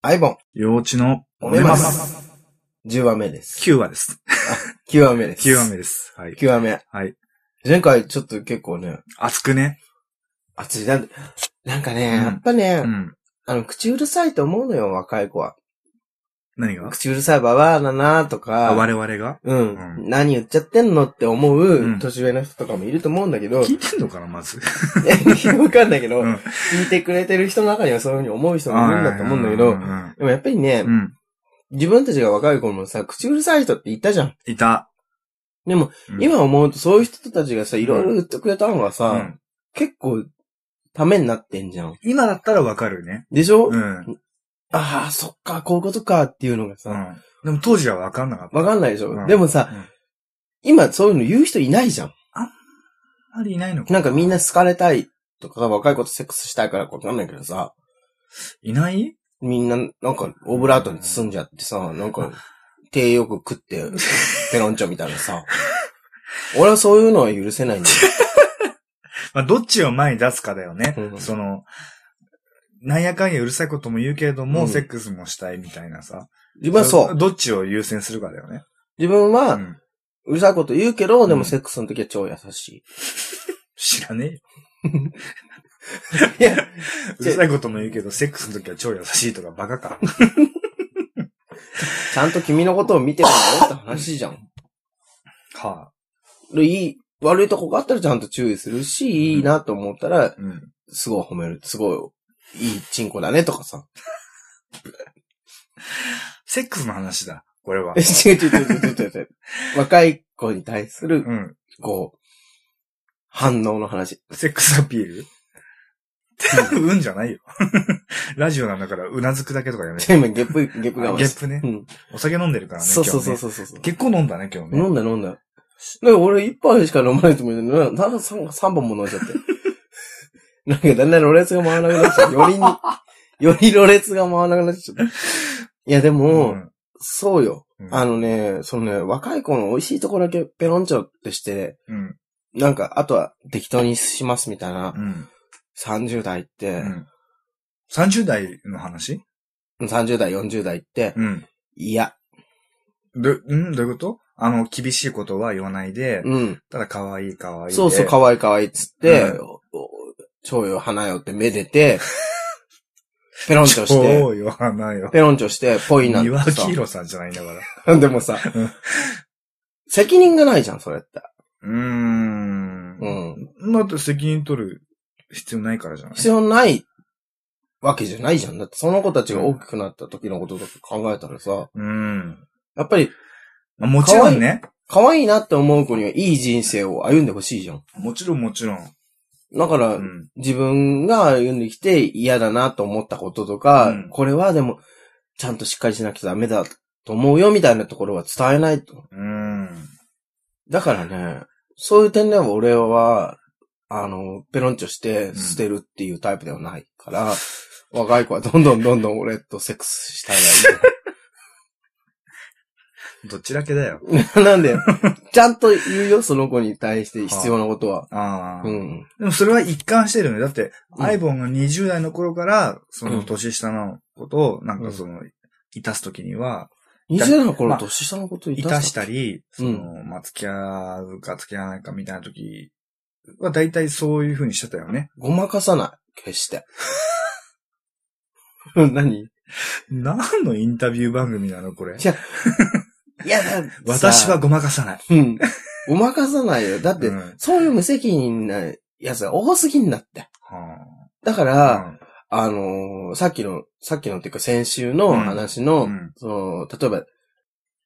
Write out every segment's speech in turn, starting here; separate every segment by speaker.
Speaker 1: アイボン、
Speaker 2: 幼稚の
Speaker 1: お
Speaker 2: お
Speaker 1: め
Speaker 2: め
Speaker 1: ま
Speaker 2: ますす。
Speaker 1: 10話目です。
Speaker 2: 9話です。
Speaker 1: 9話目です。
Speaker 2: 9話目です。はい。
Speaker 1: 9話目。
Speaker 2: はい。
Speaker 1: 前回ちょっと結構ね、
Speaker 2: 熱くね。
Speaker 1: 熱い。なんなんかね、
Speaker 2: うん
Speaker 1: やっぱね、
Speaker 2: うん。
Speaker 1: あの、口うるさいと思うのよ、若い子は。
Speaker 2: 何が
Speaker 1: 口うるさいババアだなと
Speaker 2: あ
Speaker 1: か、
Speaker 2: 我々が
Speaker 1: うん、
Speaker 2: う
Speaker 1: 何言っちゃってんのって思
Speaker 2: う
Speaker 1: うん年上の人とかもいると思うんだけど、
Speaker 2: 聞いてんのかな、まず。
Speaker 1: わかんないけど、
Speaker 2: うん
Speaker 1: 聞いてくれてる人の中にはそういうふうに思う人もいるんだと思うんだけ
Speaker 2: う
Speaker 1: ど、
Speaker 2: ん
Speaker 1: でもやっぱりね
Speaker 2: う、ん。
Speaker 1: 自分たちが若い頃もさ、口うるさい人っていたじゃん。
Speaker 2: いた。
Speaker 1: でも、
Speaker 2: うん、
Speaker 1: 今思うとそういう人たちがさ、いろいろ言ってくれたのがさ、
Speaker 2: うん
Speaker 1: 結構、ためになってんじゃん。
Speaker 2: 今だったらわかるね。
Speaker 1: でしょ、
Speaker 2: うん。うん。
Speaker 1: ああ、そっか、こういうことかっていうのがさ、わ、
Speaker 2: でも当時はわかんなかった。
Speaker 1: かんないでしょ、
Speaker 2: うん
Speaker 1: でもさ、
Speaker 2: うん
Speaker 1: 今そういうの言う人いないじゃん。
Speaker 2: あんまりいないのか。
Speaker 1: なんかみんな好かれたいとか、若い子とセックスしたいからかわかんないけどさ、
Speaker 2: いない
Speaker 1: みんな、なんか、オブラートに包んじゃってさ、なんか、手よく食って、ペロンチョみたいなさ。 俺はそういうのは許せないんだよ。
Speaker 2: まあ、どっちを前に出すかだよね
Speaker 1: う。ん
Speaker 2: その、なんやかんやうるさいことも言うけれど
Speaker 1: う
Speaker 2: も、
Speaker 1: ん
Speaker 2: セックスもしたいみたいなさ。
Speaker 1: 自分はそう。
Speaker 2: どっちを優先するかだよね。
Speaker 1: 自分
Speaker 2: う
Speaker 1: は、
Speaker 2: ん。
Speaker 1: うるさいこと言うけど、で
Speaker 2: う
Speaker 1: も
Speaker 2: ん
Speaker 1: セックスの時は超優しい。
Speaker 2: 知らねえよ
Speaker 1: いや、
Speaker 2: うるさいことも言うけど、セックスの時は超優しいとかバカ か。
Speaker 1: ちゃんと君のことを見てるんだよって話じゃん。
Speaker 2: は
Speaker 1: でいい、悪いとこがあったらちゃんと注意するし、いいなと思ったら
Speaker 2: あ、、うん。
Speaker 1: すごい褒める。すごい、いいチンコだねとか さ。
Speaker 2: セックスの話だ、これは
Speaker 1: え、。違う違う違う違う違う違う。 若い子に対する、
Speaker 2: うん。
Speaker 1: こう、反応の話。
Speaker 2: セックスアピール うんじゃないよ。ラジオなんだから、うなずくだけとかやめて。
Speaker 1: 今、ゲップ、ゲップ
Speaker 2: あ
Speaker 1: が
Speaker 2: ゲップね
Speaker 1: う。ん。
Speaker 2: お酒飲んでるからね。
Speaker 1: そうそうそう
Speaker 2: 今日ね
Speaker 1: そうそう。
Speaker 2: 結構飲んだね、今日
Speaker 1: 飲
Speaker 2: ね。
Speaker 1: んだ飲んだ。だから俺一杯しか飲まないと思うけど、なんか三三本も飲んじゃ って。なんかだんだんろれつが回らなくなっちゃう。よりに、よりろれつが回らなくなっちゃった。いやでも、
Speaker 2: うん
Speaker 1: そうよ。
Speaker 2: うん
Speaker 1: あのね、そのね、若い子の美味しいところだけペロンチョってして、
Speaker 2: うん。
Speaker 1: なんか、あとは適当にしますみたいな
Speaker 2: う、ん。
Speaker 1: 30代っ
Speaker 2: う
Speaker 1: て、
Speaker 2: ん。30代の話
Speaker 1: 30代、40代って、
Speaker 2: うん。
Speaker 1: いや、
Speaker 2: ど、んどういうことあの、厳しいことは言わないで、
Speaker 1: うん。
Speaker 2: ただ可愛い可愛いで。
Speaker 1: そうそう、かわいいかわいいっつって、
Speaker 2: うん
Speaker 1: おお蝶よ、花よってめで て、ペロンチョし
Speaker 2: そ
Speaker 1: て、
Speaker 2: うよ、花よ。
Speaker 1: ペロンチョして、ぽいなん
Speaker 2: 三
Speaker 1: て
Speaker 2: 輪
Speaker 1: さ
Speaker 2: 明。宏さんじゃないんだから。
Speaker 1: でもさ
Speaker 2: うん、
Speaker 1: 責任がないじゃん、それって。
Speaker 2: うーん。
Speaker 1: うん。
Speaker 2: だって責任取る必要ないからじゃない
Speaker 1: 必要ないわけじゃないじゃん。だってその子たちが大きくなった時のこととか考えたらさ、
Speaker 2: うん。
Speaker 1: やっぱり、
Speaker 2: まあ、もちろんね。
Speaker 1: 可愛いなって思う子にはいい人生を歩んでほしいじゃん。
Speaker 2: もちろんもちろん。
Speaker 1: だから、
Speaker 2: うん。
Speaker 1: 自分が歩んできて嫌だなと思ったこととか、
Speaker 2: うん
Speaker 1: これはでも、ちゃんとしっかりしなきゃダメだと思うよみたいなところは伝えないと。
Speaker 2: うん。
Speaker 1: だからね、そういう点では俺は、あの、ペロンチョして
Speaker 2: ん
Speaker 1: 捨てるっていうタイプではないから、若い子はどんどんどんどん俺とセックスしたい
Speaker 2: どちらけだよ。
Speaker 1: な。 なんで、ちゃんと言うよ、その子に対して必要なことは。
Speaker 2: ああ、
Speaker 1: うん。
Speaker 2: でもそれは一貫してるよね。だって、
Speaker 1: うん
Speaker 2: アイボンが20代の頃から、そ
Speaker 1: うん
Speaker 2: の年下のことを、なんかその、いたすときには、
Speaker 1: 20の頃、
Speaker 2: まあ
Speaker 1: 年下のことい
Speaker 2: い
Speaker 1: た
Speaker 2: た
Speaker 1: し。
Speaker 2: したたり、その、まあ、付き合うか付き合わないかみたいなときは、大体そういう風にしてたよね。
Speaker 1: ごまかさない。決して。 何い
Speaker 2: 何のインタビュー番組なのこれ
Speaker 1: ち。や、だってさ
Speaker 2: 私は、ごまかさない。
Speaker 1: うん。ごまかさないよ。だって、
Speaker 2: うん
Speaker 1: そういう無責任なやつが多すぎんだって。
Speaker 2: は
Speaker 1: だか
Speaker 2: あ
Speaker 1: ら、あのーさっきの、さっきのっていうか先週の話の、
Speaker 2: うんうん
Speaker 1: その、例えば、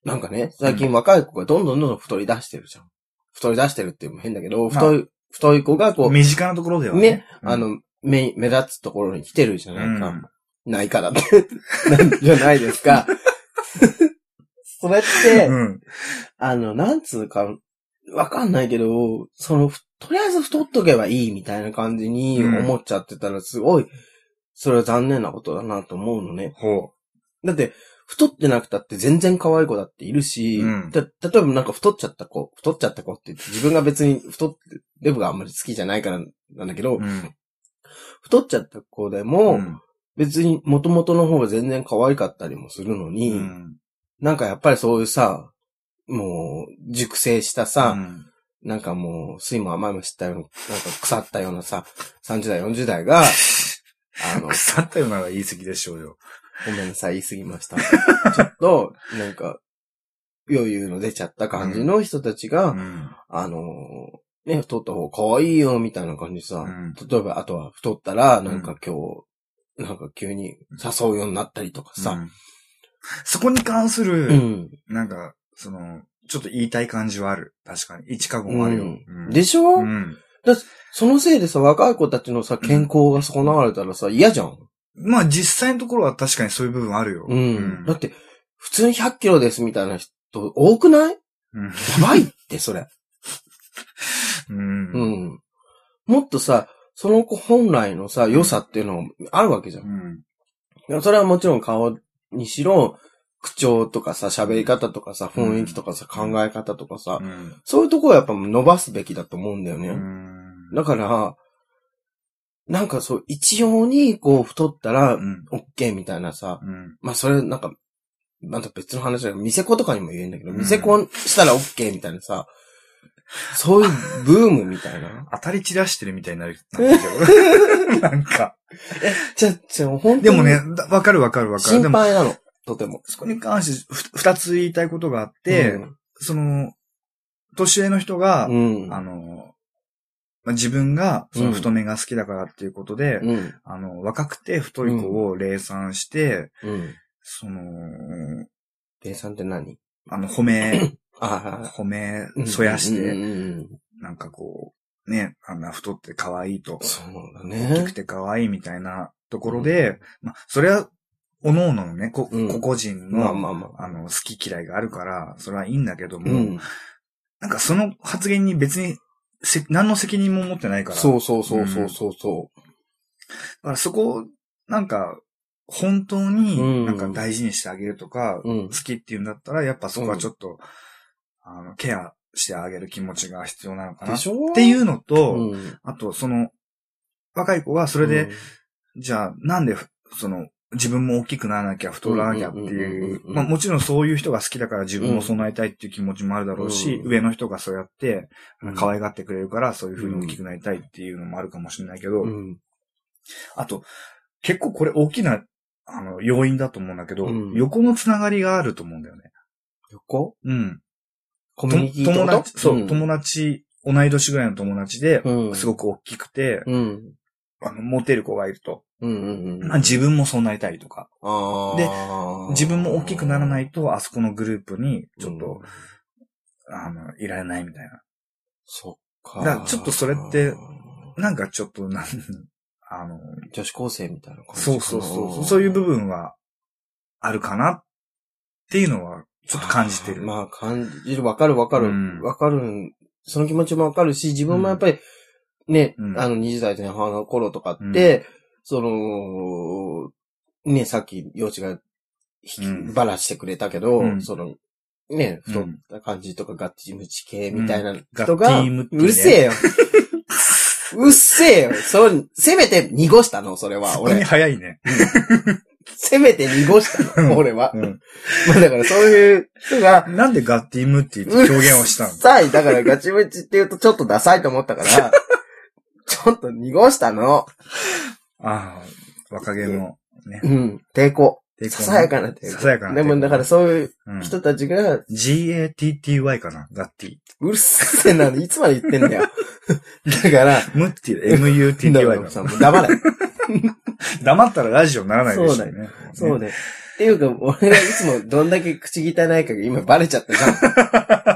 Speaker 1: なんかね、最近若い子がどんどんどんどん太り出してるじゃん。太り出してるっていうのも変だけど、太い、太い子がこ
Speaker 2: 身近なところで
Speaker 1: う、
Speaker 2: は
Speaker 1: ね、
Speaker 2: ね。うん
Speaker 1: あ、の、目、目立つところに来てるじゃないか。
Speaker 2: うん
Speaker 1: ないからって、なんじゃないですか。 それって、
Speaker 2: うん。
Speaker 1: あの、なんつうか、わかんないけど、その、ふとりあえず太っとけばいいみたいな感じに
Speaker 2: うん
Speaker 1: 思っちゃってたら、すごい、それは残念なことだなと思うのね。
Speaker 2: ほ
Speaker 1: だって、太ってなくたって全然可愛い子だっているし、
Speaker 2: うん
Speaker 1: た例えばなんか太っちゃった子、太っちゃった子って言って自分が別に太って、デブがあんまり好きじゃないからなんだけど、
Speaker 2: う。うん。
Speaker 1: 太っちゃった子でも、
Speaker 2: うん
Speaker 1: 別に元々の方が全然可愛かったりもするのに、
Speaker 2: うん。
Speaker 1: なんかやっぱりそういうさ、もう、熟成した
Speaker 2: う
Speaker 1: さ、
Speaker 2: ん
Speaker 1: なんかもう、水も甘いも知ったような、なんか腐ったようなさ、30代、40代 が、あの、
Speaker 2: 腐ったようなら言い過ぎでしょうよ。
Speaker 1: ごめんなさい、言い過ぎました。ちょっと、なんか、余裕の出ちゃった感じの人たちが、
Speaker 2: うん。
Speaker 1: あのーね、太った方可愛いよ、みたいな感じでさ、
Speaker 2: うん
Speaker 1: 例えば、あとは太ったら、なん
Speaker 2: う
Speaker 1: か今日、なんか急に誘うようになったりとか
Speaker 2: う
Speaker 1: さ、
Speaker 2: んそこに関する、
Speaker 1: うん。
Speaker 2: なんか、その、ちょっと言いたい感じはある。確かに。一過言はあるよ。
Speaker 1: うん
Speaker 2: うん
Speaker 1: でしょ、
Speaker 2: うん。
Speaker 1: そのせいでさ、若い子たちのさ、健康が損なわれたらさ、嫌じゃん。
Speaker 2: まあ実際のところは確かにそういう部分あるよ。
Speaker 1: うん。
Speaker 2: うん
Speaker 1: だって、普通に100キロですみたいな人多くないや
Speaker 2: うん
Speaker 1: ばいって、それ。
Speaker 2: うん
Speaker 1: う。ん。もっとさ、その子本来のさ、良さっていうのもあるわけじゃん。
Speaker 2: うん
Speaker 1: いやそれはもちろん顔にしろ、口調とかさ、喋り方とかさ、
Speaker 2: うん
Speaker 1: 雰囲気とかさ、考え方とかさ
Speaker 2: う、ん
Speaker 1: そういうところはやっぱ伸ばすべきだと思うんだよね。
Speaker 2: うん
Speaker 1: だから、なんかそう、一様にこう太ったら
Speaker 2: う、ん。
Speaker 1: オッケーみたいなさ、
Speaker 2: うん
Speaker 1: まあそれなんか、また別の話だけど、店子とかにも言えんだけど、
Speaker 2: うん
Speaker 1: 店子したらオッケーみたいなさ、そういうブームみたい な。
Speaker 2: 当たり散らしてるみたいになる。なんかけど なんか。
Speaker 1: じゃ、じゃ、本当に。
Speaker 2: でもね、、だわかるわかるわかる。
Speaker 1: 心
Speaker 2: でも、
Speaker 1: 配なの、とても。
Speaker 2: そこに関してふ二つ言いたいことがあって、
Speaker 1: うん
Speaker 2: その、年上の人が、
Speaker 1: うん。
Speaker 2: あの、まあ、自分が、その太めが好きだからっていうことで、
Speaker 1: うん。
Speaker 2: あの、若くて太い子を霊算して、
Speaker 1: うん。
Speaker 2: その、
Speaker 1: 計算って何
Speaker 2: あの、褒め、
Speaker 1: あ
Speaker 2: 褒め
Speaker 1: あ、、
Speaker 2: そやし
Speaker 1: うん
Speaker 2: て、
Speaker 1: うんうん
Speaker 2: なんかこう、ね、あんな太って可愛いと、
Speaker 1: そうだ
Speaker 2: 大き
Speaker 1: ね
Speaker 2: く。て可愛いみたいなところで、まあ、それは、おのおののね、こ、
Speaker 1: うん
Speaker 2: 個々人
Speaker 1: まあ
Speaker 2: の、
Speaker 1: まあまあ。
Speaker 2: あの、好き嫌いがあるから、それはいいんだけども、
Speaker 1: うん。
Speaker 2: なんかその発言に別に、せ、何の責任も持ってないから、
Speaker 1: そうそうそうそうそうそ
Speaker 2: だからそこを、なんか、本当に
Speaker 1: うん
Speaker 2: なんか大事にしてあげるとか、
Speaker 1: う。うん
Speaker 2: 好。きっていうんだったら、やっぱそこはちょっと、あの、ケアしてあげる気持ちが必要なのかな
Speaker 1: で
Speaker 2: っ
Speaker 1: しょ
Speaker 2: ていううのと、
Speaker 1: ん。
Speaker 2: あと、その、若い子はそ
Speaker 1: そ
Speaker 2: れで、、じゃあ、なんで、その、自分も大きくならなきゃ太らなきゃっていう、
Speaker 1: うんうんうんうんうん
Speaker 2: まあもちろんそういう人が好きだから自分も備えたいっていう気持ちもあるだろうし、
Speaker 1: うん
Speaker 2: 上の人がそうやって
Speaker 1: うん
Speaker 2: 可愛がってくれるからそういう風に大きくなりたいっていうのもあるかもしれないけど、
Speaker 1: うん。
Speaker 2: あと、結構これ大きな、あの、要因だと思うんだけど、
Speaker 1: うん
Speaker 2: 横のつながりがあると思うんだよね。
Speaker 1: 横
Speaker 2: うん。
Speaker 1: コミ
Speaker 2: と
Speaker 1: ュニティってこ
Speaker 2: 友
Speaker 1: と
Speaker 2: 達、そう、
Speaker 1: ん
Speaker 2: 友達、同い年ぐらいの友達で、
Speaker 1: うん。
Speaker 2: すごく大きくて、
Speaker 1: うん。
Speaker 2: あの、モテる子がいると。
Speaker 1: うんうんうん。
Speaker 2: まあ自分もそうなりたいとか、
Speaker 1: あー
Speaker 2: 自分も大きくならないと、あそこのグループに、ちょっと、、あの、いられないみたいな。
Speaker 1: そっか。
Speaker 2: だからちょっとそれって、なんかちょっと、なん、 あの、
Speaker 1: 女子高生みたいな感じか
Speaker 2: そ
Speaker 1: な。
Speaker 2: うそうそう、そういう部分は、あるかなっていうのは、ちょっと感じてる。
Speaker 1: まあ感じる、わかるわか
Speaker 2: う
Speaker 1: る
Speaker 2: ん。
Speaker 1: わ、かる。その気持ちもわかるし、自分もやっぱり、ね、
Speaker 2: うん
Speaker 1: あの20代前半の頃とかって、その、ね、さっき、幼稚が
Speaker 2: う
Speaker 1: 引き
Speaker 2: ん
Speaker 1: ばらしてくれたけど、
Speaker 2: うん
Speaker 1: その、ね、
Speaker 2: うん
Speaker 1: 太った感じとか、ガッチムチ系みたいな人
Speaker 2: ガ
Speaker 1: が、
Speaker 2: ッチムチね
Speaker 1: うるせえ よ。うっせえよ。それ、せめて濁したの、それは、
Speaker 2: そこに
Speaker 1: 俺。
Speaker 2: 早いね。
Speaker 1: せめて濁した
Speaker 2: うん
Speaker 1: の、俺は。
Speaker 2: うん
Speaker 1: まあだからそういう人が、
Speaker 2: なんでガッティムっていう表現を したの
Speaker 1: うっさい。だからガチムチって言うとちょっとダサいと思った から、ちょっと濁したの。
Speaker 2: ああ、若気の、ね
Speaker 1: う。ん。抵抗。
Speaker 2: 抵抗ね
Speaker 1: ささやかな抵抗。
Speaker 2: ささやかな
Speaker 1: で
Speaker 2: 抵抗
Speaker 1: もだからそういう
Speaker 2: うん
Speaker 1: 人たちが、
Speaker 2: GATTY かなガッティ。
Speaker 1: うるせえなの、いつまで言ってん だよ。だから、
Speaker 2: ムッティ、MUTTY
Speaker 1: だ
Speaker 2: だ
Speaker 1: からさ、もう黙れ。
Speaker 2: 黙ったらラジオにならないでしょうね。
Speaker 1: そう
Speaker 2: ね。
Speaker 1: ね。っていうか、俺がいつもどんだけ口汚いかが今バレちゃったじゃ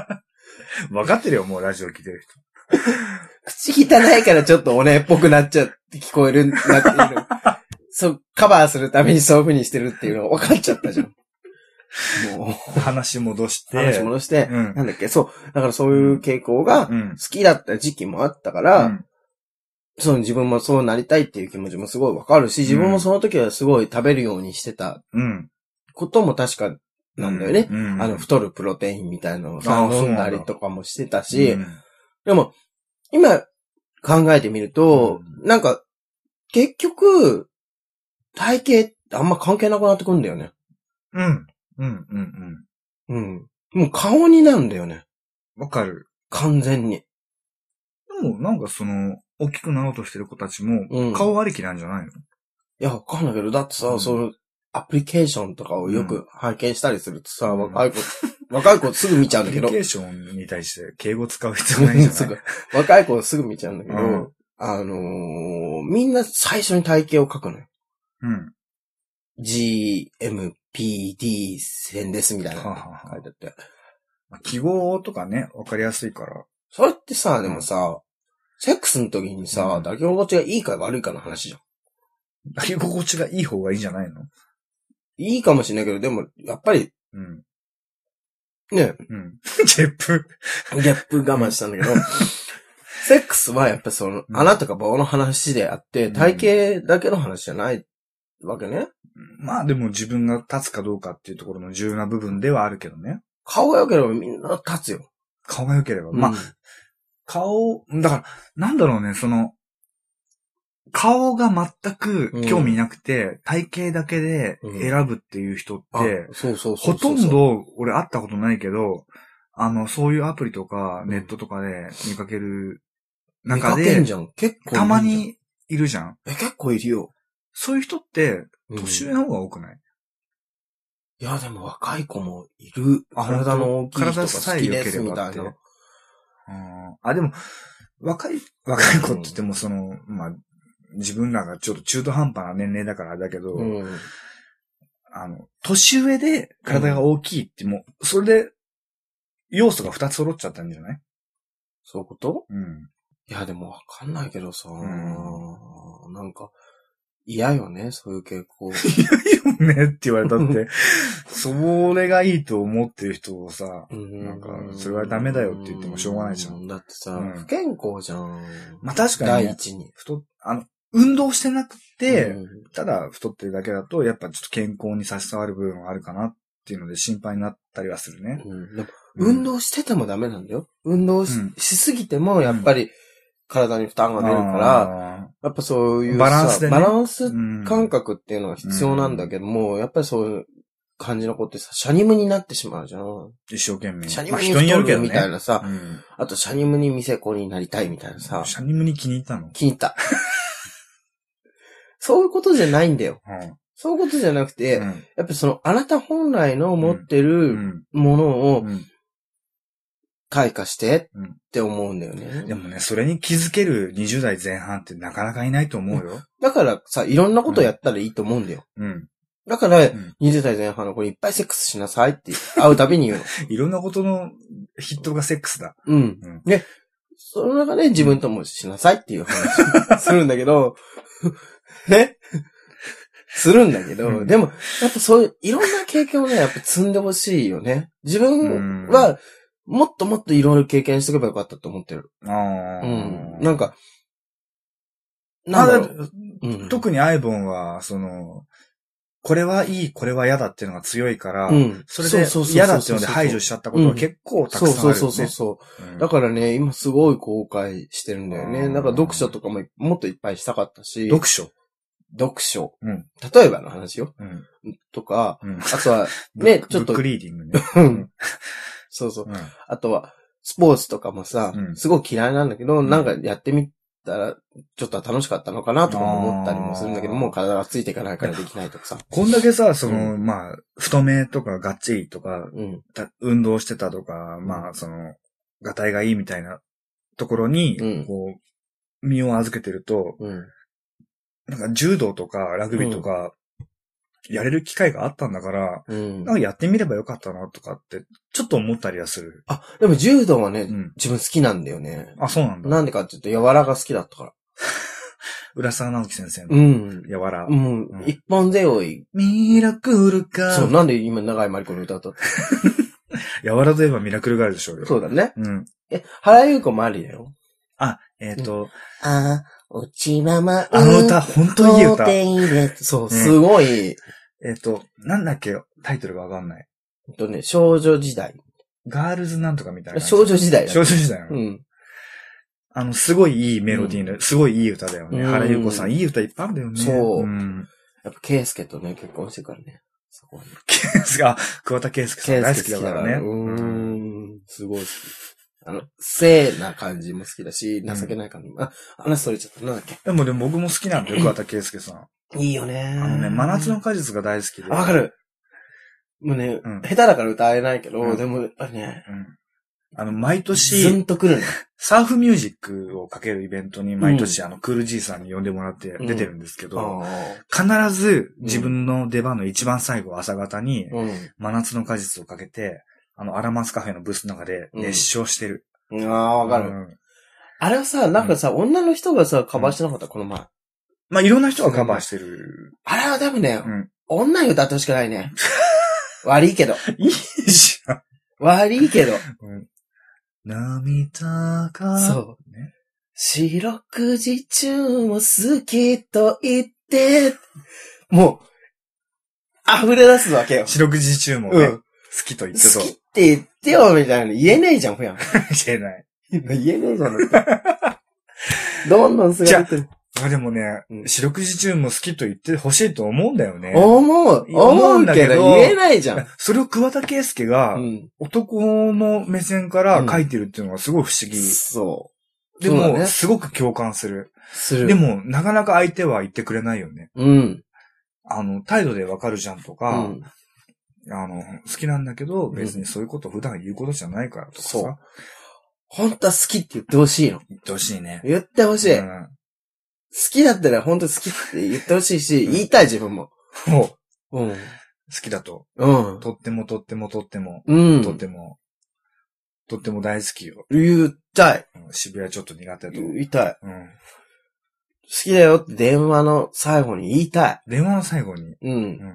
Speaker 1: ん。
Speaker 2: 分かってるよ、もうラジオ聞いてる人。
Speaker 1: 口汚いからちょっとおねっぽくなっちゃって聞こえるなっていう の。そう、カバーするためにそういう風にしてるっていうの分かっちゃ ったじゃん。も
Speaker 2: 話戻して。
Speaker 1: う、話戻して、
Speaker 2: うん
Speaker 1: なんだっけ、そう、だからそういう傾向が好
Speaker 2: うん。
Speaker 1: きだった時期もあったから、
Speaker 2: うん
Speaker 1: その自分もそうなりたいっていう気持ちもすごいわかるし、自分もその時はすごい食べるようにしてた
Speaker 2: うん。
Speaker 1: ことも確かなんだよね。
Speaker 2: うん。
Speaker 1: あの、太るプロテインみたいなのをさ
Speaker 2: あー
Speaker 1: 飲
Speaker 2: そうなん
Speaker 1: ん
Speaker 2: だ
Speaker 1: だりとかもしてたし、
Speaker 2: うん、
Speaker 1: でも、今考えてみると、なんか、結局、体型ってあんま関係なくなってくんだよね。
Speaker 2: うん。うん、うん、うん。
Speaker 1: うん。もう顔になんだよね。
Speaker 2: わかる。
Speaker 1: 完全に。
Speaker 2: でも、なんかその、大きくなろうとしてる子たちも、
Speaker 1: うん
Speaker 2: 顔ありきなんじゃないの
Speaker 1: いや、わかんないけど、だってさ、
Speaker 2: うん
Speaker 1: その、アプリケーションとかをよく拝見したりするとさ、
Speaker 2: うん
Speaker 1: 若い子、 若い子すぐ見ちゃうん
Speaker 2: コ
Speaker 1: だ
Speaker 2: ミ
Speaker 1: けど
Speaker 2: ュニ、ケーションに対して敬語使う必要ないん じ
Speaker 1: す
Speaker 2: ゃな
Speaker 1: ぐ
Speaker 2: い
Speaker 1: 若い子すぐ見ちゃうんだけど、
Speaker 2: うん
Speaker 1: あのーみんな最初に体型を書くのよ。
Speaker 2: うん。
Speaker 1: GMPD 線ですみたいな
Speaker 2: はあ
Speaker 1: の
Speaker 2: はあはあ
Speaker 1: 書いてあって。
Speaker 2: 記号とかね、わかりやすいから。
Speaker 1: それってさ、でもさ、セックスの時にさ、
Speaker 2: うん
Speaker 1: 抱き心地がいいか悪いかの話じゃん。
Speaker 2: 抱き心地がいい方がいいんじゃないの
Speaker 1: いいかもしれないけど、でも、やっぱり、
Speaker 2: うん。
Speaker 1: ね、
Speaker 2: うん。ゲップ。
Speaker 1: ギャップ我慢したんだけ ど、セックスはやっぱその、
Speaker 2: うん
Speaker 1: 穴とか棒の話であって、
Speaker 2: うん
Speaker 1: 体型だけの話じゃないわけね。
Speaker 2: まあでも自分が立つかどうかっていうところの重要な部分ではあるけどね。
Speaker 1: 顔が良ければみんな立つよ。
Speaker 2: 顔が良ければ。まあ
Speaker 1: うん、
Speaker 2: 顔、だから、なんだろうね、その、顔が全く興味なくて、体型だけで選ぶっていう人って、
Speaker 1: あそうそうそうそう。
Speaker 2: ほとん、ど俺会ったことないけど、あの、そういうアプリとか
Speaker 1: ん
Speaker 2: ネットとかで見かける
Speaker 1: 見か
Speaker 2: 中
Speaker 1: けん
Speaker 2: で、
Speaker 1: じゃん。結構いるじゃん。
Speaker 2: たまにいるじゃん。
Speaker 1: え、結構いるよ。
Speaker 2: そういう人って、
Speaker 1: うん
Speaker 2: 年上の方が多くない、
Speaker 1: いや、でも若い子もいる。
Speaker 2: あ本当
Speaker 1: 体の大きい人が
Speaker 2: 体さ
Speaker 1: 好
Speaker 2: え
Speaker 1: き
Speaker 2: 良
Speaker 1: で
Speaker 2: け
Speaker 1: す
Speaker 2: れ
Speaker 1: み
Speaker 2: ば
Speaker 1: た
Speaker 2: っ
Speaker 1: い
Speaker 2: て
Speaker 1: な。
Speaker 2: うんあ、でも、若い、若い子って言ってもその、まあ、自分らがちょっと中途半端な年齢だからあれだけど、
Speaker 1: うん。
Speaker 2: あの、年上で体が大きいって、もう、それで、要素が二つ揃っちゃったんじゃない
Speaker 1: そういうこと
Speaker 2: うん。
Speaker 1: いや、でもわかんないけどさ、
Speaker 2: ん
Speaker 1: なんか、嫌よね、そういう傾向。
Speaker 2: いいよねって言われたって、 それがいいと思ってる人をさ、
Speaker 1: な
Speaker 2: なんかそれはダメだよって言ってもしょうがないじゃん
Speaker 1: だってさ、
Speaker 2: うん
Speaker 1: 不健康じゃん。
Speaker 2: まあ確かに、
Speaker 1: 第
Speaker 2: ね、
Speaker 1: 一に。
Speaker 2: 太、あの、運動してなくて、
Speaker 1: うん
Speaker 2: ただ太ってるだけだと、やっぱちょっと健康に差し障る部分があるかなっていうので心配になったりはするね。
Speaker 1: うんでも運動しててもダメなんだよ。運動し,、
Speaker 2: うん
Speaker 1: すぎても、やっぱり、体に負担が出るから、やっぱそういうさ
Speaker 2: バランスでね
Speaker 1: バランス
Speaker 2: あー、うん
Speaker 1: 感覚っていうのは必要なんだけども、やっぱりそういう感じの子ってさ、シャニムになってしまうじゃん。
Speaker 2: 一生懸命。
Speaker 1: シャニ
Speaker 2: ま
Speaker 1: ム
Speaker 2: あ
Speaker 1: に
Speaker 2: 人によ
Speaker 1: 太
Speaker 2: るけ
Speaker 1: る
Speaker 2: どね。
Speaker 1: みたいなさ、
Speaker 2: うん
Speaker 1: あとシャニムに店子になりたいみたいなさ、
Speaker 2: シャニムに気に入ったの
Speaker 1: 気に入 った。そういうことじゃないんだよ。そういうことじゃなくて、
Speaker 2: うん
Speaker 1: やっぱその、あなた本来の持って
Speaker 2: う
Speaker 1: る
Speaker 2: ん。
Speaker 1: もの
Speaker 2: う
Speaker 1: を
Speaker 2: ん。
Speaker 1: 開花して
Speaker 2: うん
Speaker 1: って思うんだよね。
Speaker 2: でもね、それに気づける20代前半ってなかなかいないと思う よ。
Speaker 1: だからさ、いろんなことやったらいいと思うんだよ。
Speaker 2: うん。
Speaker 1: だから、
Speaker 2: ん
Speaker 1: 20代前半の子にいっぱいセックスしなさいっ て会うたびに言うの。
Speaker 2: いろんなことの筆頭がセックスだ。
Speaker 1: うん
Speaker 2: うん。
Speaker 1: で、その中で自分ともしなさいっていう話を するんだけど、 ねするんだけど、
Speaker 2: うん
Speaker 1: でも、やっぱそういう、いろんな経験をね、やっぱ積んでほしいよね。自分は、もっともっといろいろ経験しておけばよかったと思ってる。
Speaker 2: ああ。
Speaker 1: うん。なんか、
Speaker 2: ま
Speaker 1: な
Speaker 2: あ、
Speaker 1: んだろう。
Speaker 2: だ
Speaker 1: うん
Speaker 2: 特にアイボンは、その、これはいい、これは嫌だっていうのが強いから、
Speaker 1: うん
Speaker 2: それで
Speaker 1: ううう
Speaker 2: 嫌だっていうので排除しちゃったことは結構たくさんあるよね。
Speaker 1: そうそうそうそう。
Speaker 2: うん
Speaker 1: だからね、今すごい後悔してるんだよ
Speaker 2: う
Speaker 1: ね。
Speaker 2: ん
Speaker 1: なんか読書とかももっといっぱいしたかったし、
Speaker 2: 読書。
Speaker 1: 読書。
Speaker 2: うん
Speaker 1: 例えばの話よ。
Speaker 2: うん。
Speaker 1: とか、
Speaker 2: うん
Speaker 1: あと は、 ね
Speaker 2: ブック
Speaker 1: ちょっと
Speaker 2: ブックリーディ ングね。
Speaker 1: うんそうそう。
Speaker 2: うん
Speaker 1: あとは、スポーツとかもさ、
Speaker 2: うん
Speaker 1: すごい嫌いなんだけど、
Speaker 2: ん
Speaker 1: なんかやってみたら、ちょっとは楽しかったのかなとかも思ったりもするんだけど、
Speaker 2: あー
Speaker 1: もう体がついていかないからできないとかさ。
Speaker 2: こんだけさ、その、まあ、太めとかガッチリとか、
Speaker 1: うん。
Speaker 2: た運動してたとか、まあ、その、がたいがいいみたいなところに、
Speaker 1: うん
Speaker 2: こう、身を預けてると、
Speaker 1: うん。
Speaker 2: なんか柔道とかラグビーとか、やれる機会があったんだから、
Speaker 1: うん
Speaker 2: なん。かやってみればよかったなとかって、ちょっと思ったりはする。
Speaker 1: あ、でも柔道はね、
Speaker 2: うん。
Speaker 1: 自分好きなんだよね。
Speaker 2: あ、そうなんだ。
Speaker 1: なんでかって言うと、柔らが好きだったから。
Speaker 2: 浦沢直樹先生
Speaker 1: う
Speaker 2: の、
Speaker 1: ん。
Speaker 2: 柔ら。
Speaker 1: うん
Speaker 2: うん。
Speaker 1: 一本背負い。
Speaker 2: ミラクルか
Speaker 1: そう、なんで今長井まりこの歌だと。
Speaker 2: 柔らといえばミラクルがあるでしょうよ。
Speaker 1: そうだね。
Speaker 2: うん。
Speaker 1: え、原優子もありだよ。
Speaker 2: あ、えっ、と、
Speaker 1: あ、落ちまま。
Speaker 2: あの歌、ほんといい歌。えっ、
Speaker 1: そう、すごい、
Speaker 2: と、なんだっけ、タイトルがわかんない。
Speaker 1: えっとね、少女時代。
Speaker 2: ガールズなんとかみたいな感じ。
Speaker 1: 少女時代だ。
Speaker 2: 少女時代なの、
Speaker 1: うん。
Speaker 2: あの、すごいいいメロディーの、すごいいい歌だよね。
Speaker 1: うん
Speaker 2: 原由子さん、いい歌いっぱいあるんだよね。
Speaker 1: そうんやっぱ、ケイスケとね、結婚してからね。そこはね。
Speaker 2: ケースが、桑田圭介さん大好きだからね。
Speaker 1: うー
Speaker 2: うん
Speaker 1: ん、すごい好き。あの、聖な感じも好きだし、
Speaker 2: うん
Speaker 1: 情けない感じも。あ、話それちゃった。なんだっけ。
Speaker 2: でもでも僕も好きなんだよ、桑田圭介さん。
Speaker 1: いいよね。
Speaker 2: あのね、真夏の果実が大好きで。
Speaker 1: あわかる。もうね、
Speaker 2: うん
Speaker 1: 下手だから歌えないけど、
Speaker 2: うん
Speaker 1: でも、あれね、
Speaker 2: うん。あの、毎
Speaker 1: ず
Speaker 2: 年、
Speaker 1: んとくるね。
Speaker 2: サーフミュージックをかけるイベントに毎年、あの、クールじいさんに呼んでもらって
Speaker 1: ん
Speaker 2: 出てるんですけど、
Speaker 1: あ
Speaker 2: 必ず自分の出番の一番最後、朝方に
Speaker 1: ー、うん。
Speaker 2: 真夏の果実をかけて、あの、アラマスカフェのブースの中で熱唱してる。
Speaker 1: うんああー、わかる。
Speaker 2: うん
Speaker 1: あれはさ、なんかさ、女の人がさ、カバーしてなかった、この前。
Speaker 2: まあ、いろんな人がカバーしてる。
Speaker 1: あれは多分ね、
Speaker 2: うん
Speaker 1: 女に歌ってほしくないね。悪いけど。
Speaker 2: いいじゃん。
Speaker 1: 悪いけど。
Speaker 2: うん涙が、
Speaker 1: そう
Speaker 2: ね。
Speaker 1: 四六時中も好きと言って、もう、溢れ出すわけよ。
Speaker 2: 四六時中もね、
Speaker 1: う
Speaker 2: 好
Speaker 1: ん。
Speaker 2: きと言って
Speaker 1: 好
Speaker 2: と
Speaker 1: きって言ってよ、みたいな。言えねえじゃん、普段。
Speaker 2: 言え ない。
Speaker 1: 言えねえじゃん。 どんどん姿出てる。
Speaker 2: まあでもね
Speaker 1: う、ん
Speaker 2: 四六時中も好きと言ってほしいと思うんだよね。
Speaker 1: 思う、思うけど、
Speaker 2: 思うんだけど
Speaker 1: 言えないじゃん。
Speaker 2: それを桑田圭介が
Speaker 1: うん。
Speaker 2: 男の目線から書いてるっていうのがすごい不思議。
Speaker 1: そ
Speaker 2: で
Speaker 1: そうだ
Speaker 2: も、
Speaker 1: ね
Speaker 2: すごく共感する。
Speaker 1: う。する。
Speaker 2: で、も、なかなか相手は言ってくれないよね。
Speaker 1: うん。
Speaker 2: あの、態度でわかるじゃんと
Speaker 1: う
Speaker 2: か、
Speaker 1: ん。
Speaker 2: あの、好きなんだけど、別にそういうこと普段言うことじゃないからとかさ、
Speaker 1: そう本当は好きって言ってほしいの。
Speaker 2: 言ってほしいね。
Speaker 1: 言ってほしい。
Speaker 2: う
Speaker 1: 好
Speaker 2: ん
Speaker 1: きだったら本当好きって言ってほしいし、
Speaker 2: うん
Speaker 1: 言いたい自分も。
Speaker 2: もう、好
Speaker 1: うん。
Speaker 2: きだと。
Speaker 1: うん。
Speaker 2: とってもとってもとっても、
Speaker 1: うん。
Speaker 2: とっても、とっても大好きよ。
Speaker 1: 言いたい。
Speaker 2: うん渋谷ちょっと苦手だと。う
Speaker 1: 言いたい。
Speaker 2: ん。
Speaker 1: 好きだよって電話の最後に言いたい。
Speaker 2: 電話の最後に、
Speaker 1: うん。
Speaker 2: ん
Speaker 1: も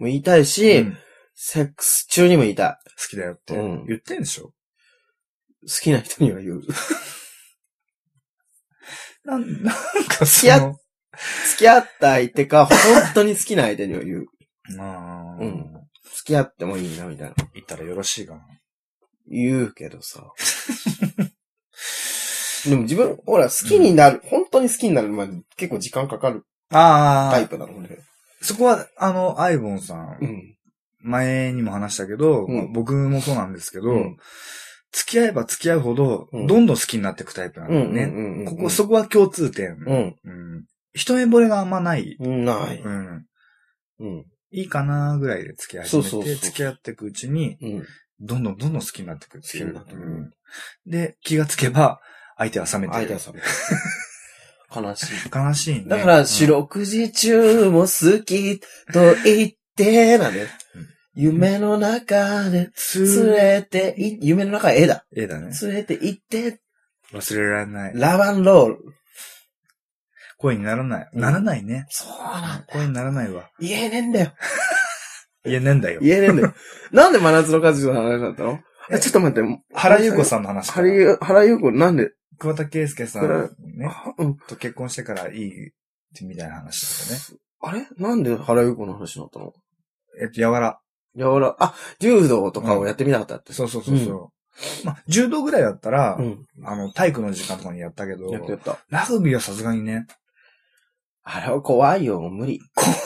Speaker 1: う言いたいし、
Speaker 2: うん好
Speaker 1: セックス中にも言いた
Speaker 2: きだよって
Speaker 1: うん
Speaker 2: 言ってんでしょ、
Speaker 1: い。好きな人には言う。付
Speaker 2: なん、 なんかそ
Speaker 1: き合
Speaker 2: の、
Speaker 1: き合った相手か、本当に好きな相手には言う。
Speaker 2: まあ、
Speaker 1: うん付き合ってもいいな、みたいな。
Speaker 2: 言ったらよろしいかな。
Speaker 1: 言うけどさ。でも自分、ほら、好きになる、本当に好きになるまで結構時間かかる
Speaker 2: あ
Speaker 1: タイプなので。
Speaker 2: そこは、あの、アイボンさん、
Speaker 1: うん。
Speaker 2: 前にも話したけど、
Speaker 1: うん
Speaker 2: まあ僕もそうなんですけど、
Speaker 1: うん
Speaker 2: 付き合えば付き合うほど、
Speaker 1: うん
Speaker 2: どんどん好きになっていくタイプなんだ
Speaker 1: う
Speaker 2: よ
Speaker 1: ん。
Speaker 2: ね。
Speaker 1: うん。
Speaker 2: ここ、そこは共通点、
Speaker 1: うん。
Speaker 2: うん一目惚れがあんまない。
Speaker 1: うん。ない。
Speaker 2: うん
Speaker 1: うん。
Speaker 2: いいかなぐらいで付き合い始めて、
Speaker 1: そうそうそう
Speaker 2: 付き合っていくうちに、
Speaker 1: うん。
Speaker 2: どんどんどんどん好きになっていくっていう。
Speaker 1: 好きになってく
Speaker 2: うんで、気がつけば、相手は冷めて
Speaker 1: 相手
Speaker 2: る
Speaker 1: は。さ、悲しい。
Speaker 2: 悲しいね。
Speaker 1: だから、
Speaker 2: 白
Speaker 1: 四六時中も好きと言って、なんだよ
Speaker 2: うん。
Speaker 1: 夢の中で、連
Speaker 2: つ
Speaker 1: れてい、夢の中、絵だ。
Speaker 2: ええだね。
Speaker 1: 連れて行って、
Speaker 2: 忘れられない。
Speaker 1: ラバンロール。
Speaker 2: 声にならない。
Speaker 1: うん
Speaker 2: ならないね。
Speaker 1: そうなんだ。
Speaker 2: 声にならないわ。
Speaker 1: 言えねえんだよ。
Speaker 2: いや、なんだよ。
Speaker 1: 言えねえんだよ。 なんで真夏の果実の話だったの
Speaker 2: え
Speaker 1: え、ちょっと待って。
Speaker 2: 原優子さんの話から。
Speaker 1: 原原優子なんで、
Speaker 2: 桑田佳祐さ
Speaker 1: これ
Speaker 2: ん、ね、
Speaker 1: あうん
Speaker 2: と結婚してからいい、ってみたいな話だった
Speaker 1: あれなんで原優子の話になったの
Speaker 2: ね。えっと、やわら。
Speaker 1: 柔ら、あ、柔道とかをやってみなかったって。
Speaker 2: そうそうそうそう。まあ、柔道ぐらいだったら、
Speaker 1: うん。
Speaker 2: あの、体育の時間とかにやったけど、
Speaker 1: やったやった。
Speaker 2: ラグビーはさすがにね。
Speaker 1: あれは怖いよ、もう無理。
Speaker 2: 怖
Speaker 1: い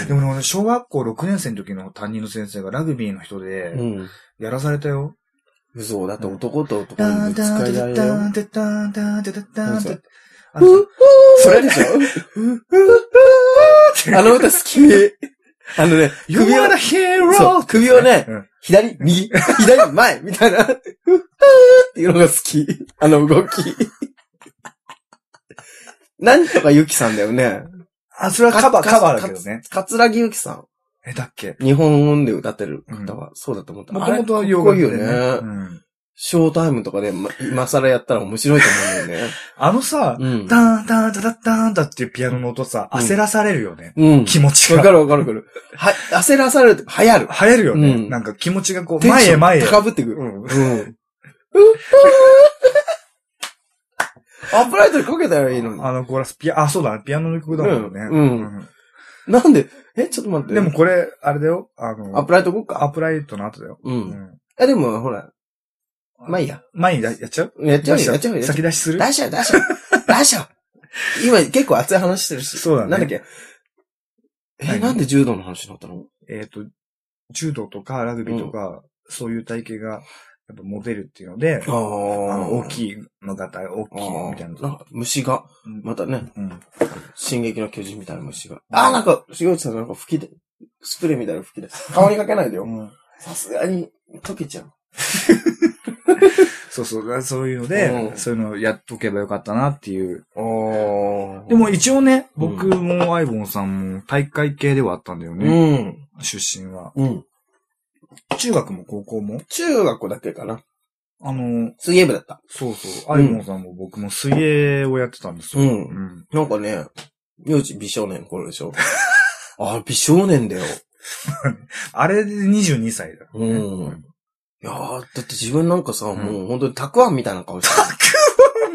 Speaker 1: よ。
Speaker 2: でもね、俺小学校6年生の時の担任の先生がラグビーの人
Speaker 1: う
Speaker 2: で、
Speaker 1: ん。うん。
Speaker 2: やらされたよ。
Speaker 1: 嘘だって男と男
Speaker 2: ダ
Speaker 1: の
Speaker 2: ン
Speaker 1: ぶつか
Speaker 2: ダン
Speaker 1: り合
Speaker 2: ダ
Speaker 1: い
Speaker 2: ン
Speaker 1: だよ
Speaker 2: ダ。ンダンダンダンダンダンダンあの
Speaker 1: ふそれでしょあの歌好き。あのね、
Speaker 2: You are
Speaker 1: 首
Speaker 2: the
Speaker 1: を、
Speaker 2: hero!
Speaker 1: そう、首をね
Speaker 2: うん、
Speaker 1: 左、右、左、前、みたいな、ふっふーっていうのが好き。あの動き。なんとかゆきさんだよね。
Speaker 2: あ、それはカバー、
Speaker 1: か
Speaker 2: カバーだけどね。
Speaker 1: かつらぎゆきさん。
Speaker 2: え、だっけ
Speaker 1: 日本音で歌ってる方は、そうだと思った。
Speaker 2: もともとは洋
Speaker 1: あれか
Speaker 2: 楽
Speaker 1: っ
Speaker 2: で
Speaker 1: こいい
Speaker 2: ね
Speaker 1: よ
Speaker 2: う
Speaker 1: ね。
Speaker 2: ん
Speaker 1: ショータイムとかで、ま、今更やったら面白いと思うんだよね。
Speaker 2: あのさ、
Speaker 1: うん。
Speaker 2: ダンダンダダダンダっていうピアノの音さ、
Speaker 1: うん
Speaker 2: 焦らされるよね。
Speaker 1: うん。
Speaker 2: 気持ち
Speaker 1: わか
Speaker 2: が。
Speaker 1: るわかるわかる。は、焦らされると、流行る。
Speaker 2: 流行るよね。
Speaker 1: うん
Speaker 2: なんか気持ちがこう、
Speaker 1: テンシ
Speaker 2: 前
Speaker 1: ョ
Speaker 2: へ
Speaker 1: ン
Speaker 2: 前へ。
Speaker 1: 高ぶってくる。
Speaker 2: うん
Speaker 1: うん。 アップライトにかけたらいいのに。
Speaker 2: あのコーラス、ピア、あ、そうだね、ピアノの曲だもんね。
Speaker 1: うんなんで、え、ちょっと待っ
Speaker 2: うん
Speaker 1: て。
Speaker 2: でも、これ、あれだよ。あの、
Speaker 1: アップライト行こう
Speaker 2: アッ
Speaker 1: か。
Speaker 2: プライトの後だよ。
Speaker 1: う。
Speaker 2: うんん
Speaker 1: え、でも、ほら。まあいいや。
Speaker 2: 前にややっちゃう
Speaker 1: やっちゃうよ、
Speaker 2: 出し
Speaker 1: やっちゃうよ。やっちゃう
Speaker 2: 先出しする
Speaker 1: 出しち ゃう、出しちゃう。出しちゃう。今結構熱い話してるし。
Speaker 2: そうだね
Speaker 1: なんだっけ。え、
Speaker 2: 何
Speaker 1: なんで柔道の話になったの
Speaker 2: えっ、と、柔道とかラグビーとか、そういう体型が、やっぱモデルっていうので、
Speaker 1: あ
Speaker 2: あの、
Speaker 1: あ
Speaker 2: 大きいのが大、大きいのみたいな。
Speaker 1: なんか虫が、
Speaker 2: うん
Speaker 1: またね、
Speaker 2: うん。
Speaker 1: 進撃の巨人みたいな虫が。あー、なんか、しげうちさんがなんか吹きで、スプレーみたいなの吹きで。顔にかけない でよ。
Speaker 2: うん
Speaker 1: さすがに、溶けちゃう。
Speaker 2: そうそう、そういうので、
Speaker 1: うん
Speaker 2: そういうのをやっとけばよかったなっていう。
Speaker 1: あ
Speaker 2: でも一応ね、
Speaker 1: うん
Speaker 2: 僕もアイボンさんも大会系ではあったんだよ
Speaker 1: う
Speaker 2: ね、
Speaker 1: ん。
Speaker 2: 出身は。
Speaker 1: うん。
Speaker 2: 中学も高校も
Speaker 1: 中学校だけかな。
Speaker 2: あの、
Speaker 1: 水泳部だった。
Speaker 2: そうそ
Speaker 1: う
Speaker 2: う、ア
Speaker 1: ん
Speaker 2: イボンさんも僕も水泳をやってたんですよ。
Speaker 1: うん
Speaker 2: うん。
Speaker 1: なんかね、幼児美少年の頃でし ょあー、美少年だよ。
Speaker 2: あれで22歳だ、
Speaker 1: う
Speaker 2: ね。
Speaker 1: ん。いやー、だって自分なんかさ、
Speaker 2: ん
Speaker 1: もう本当にたくあんみたいな顔して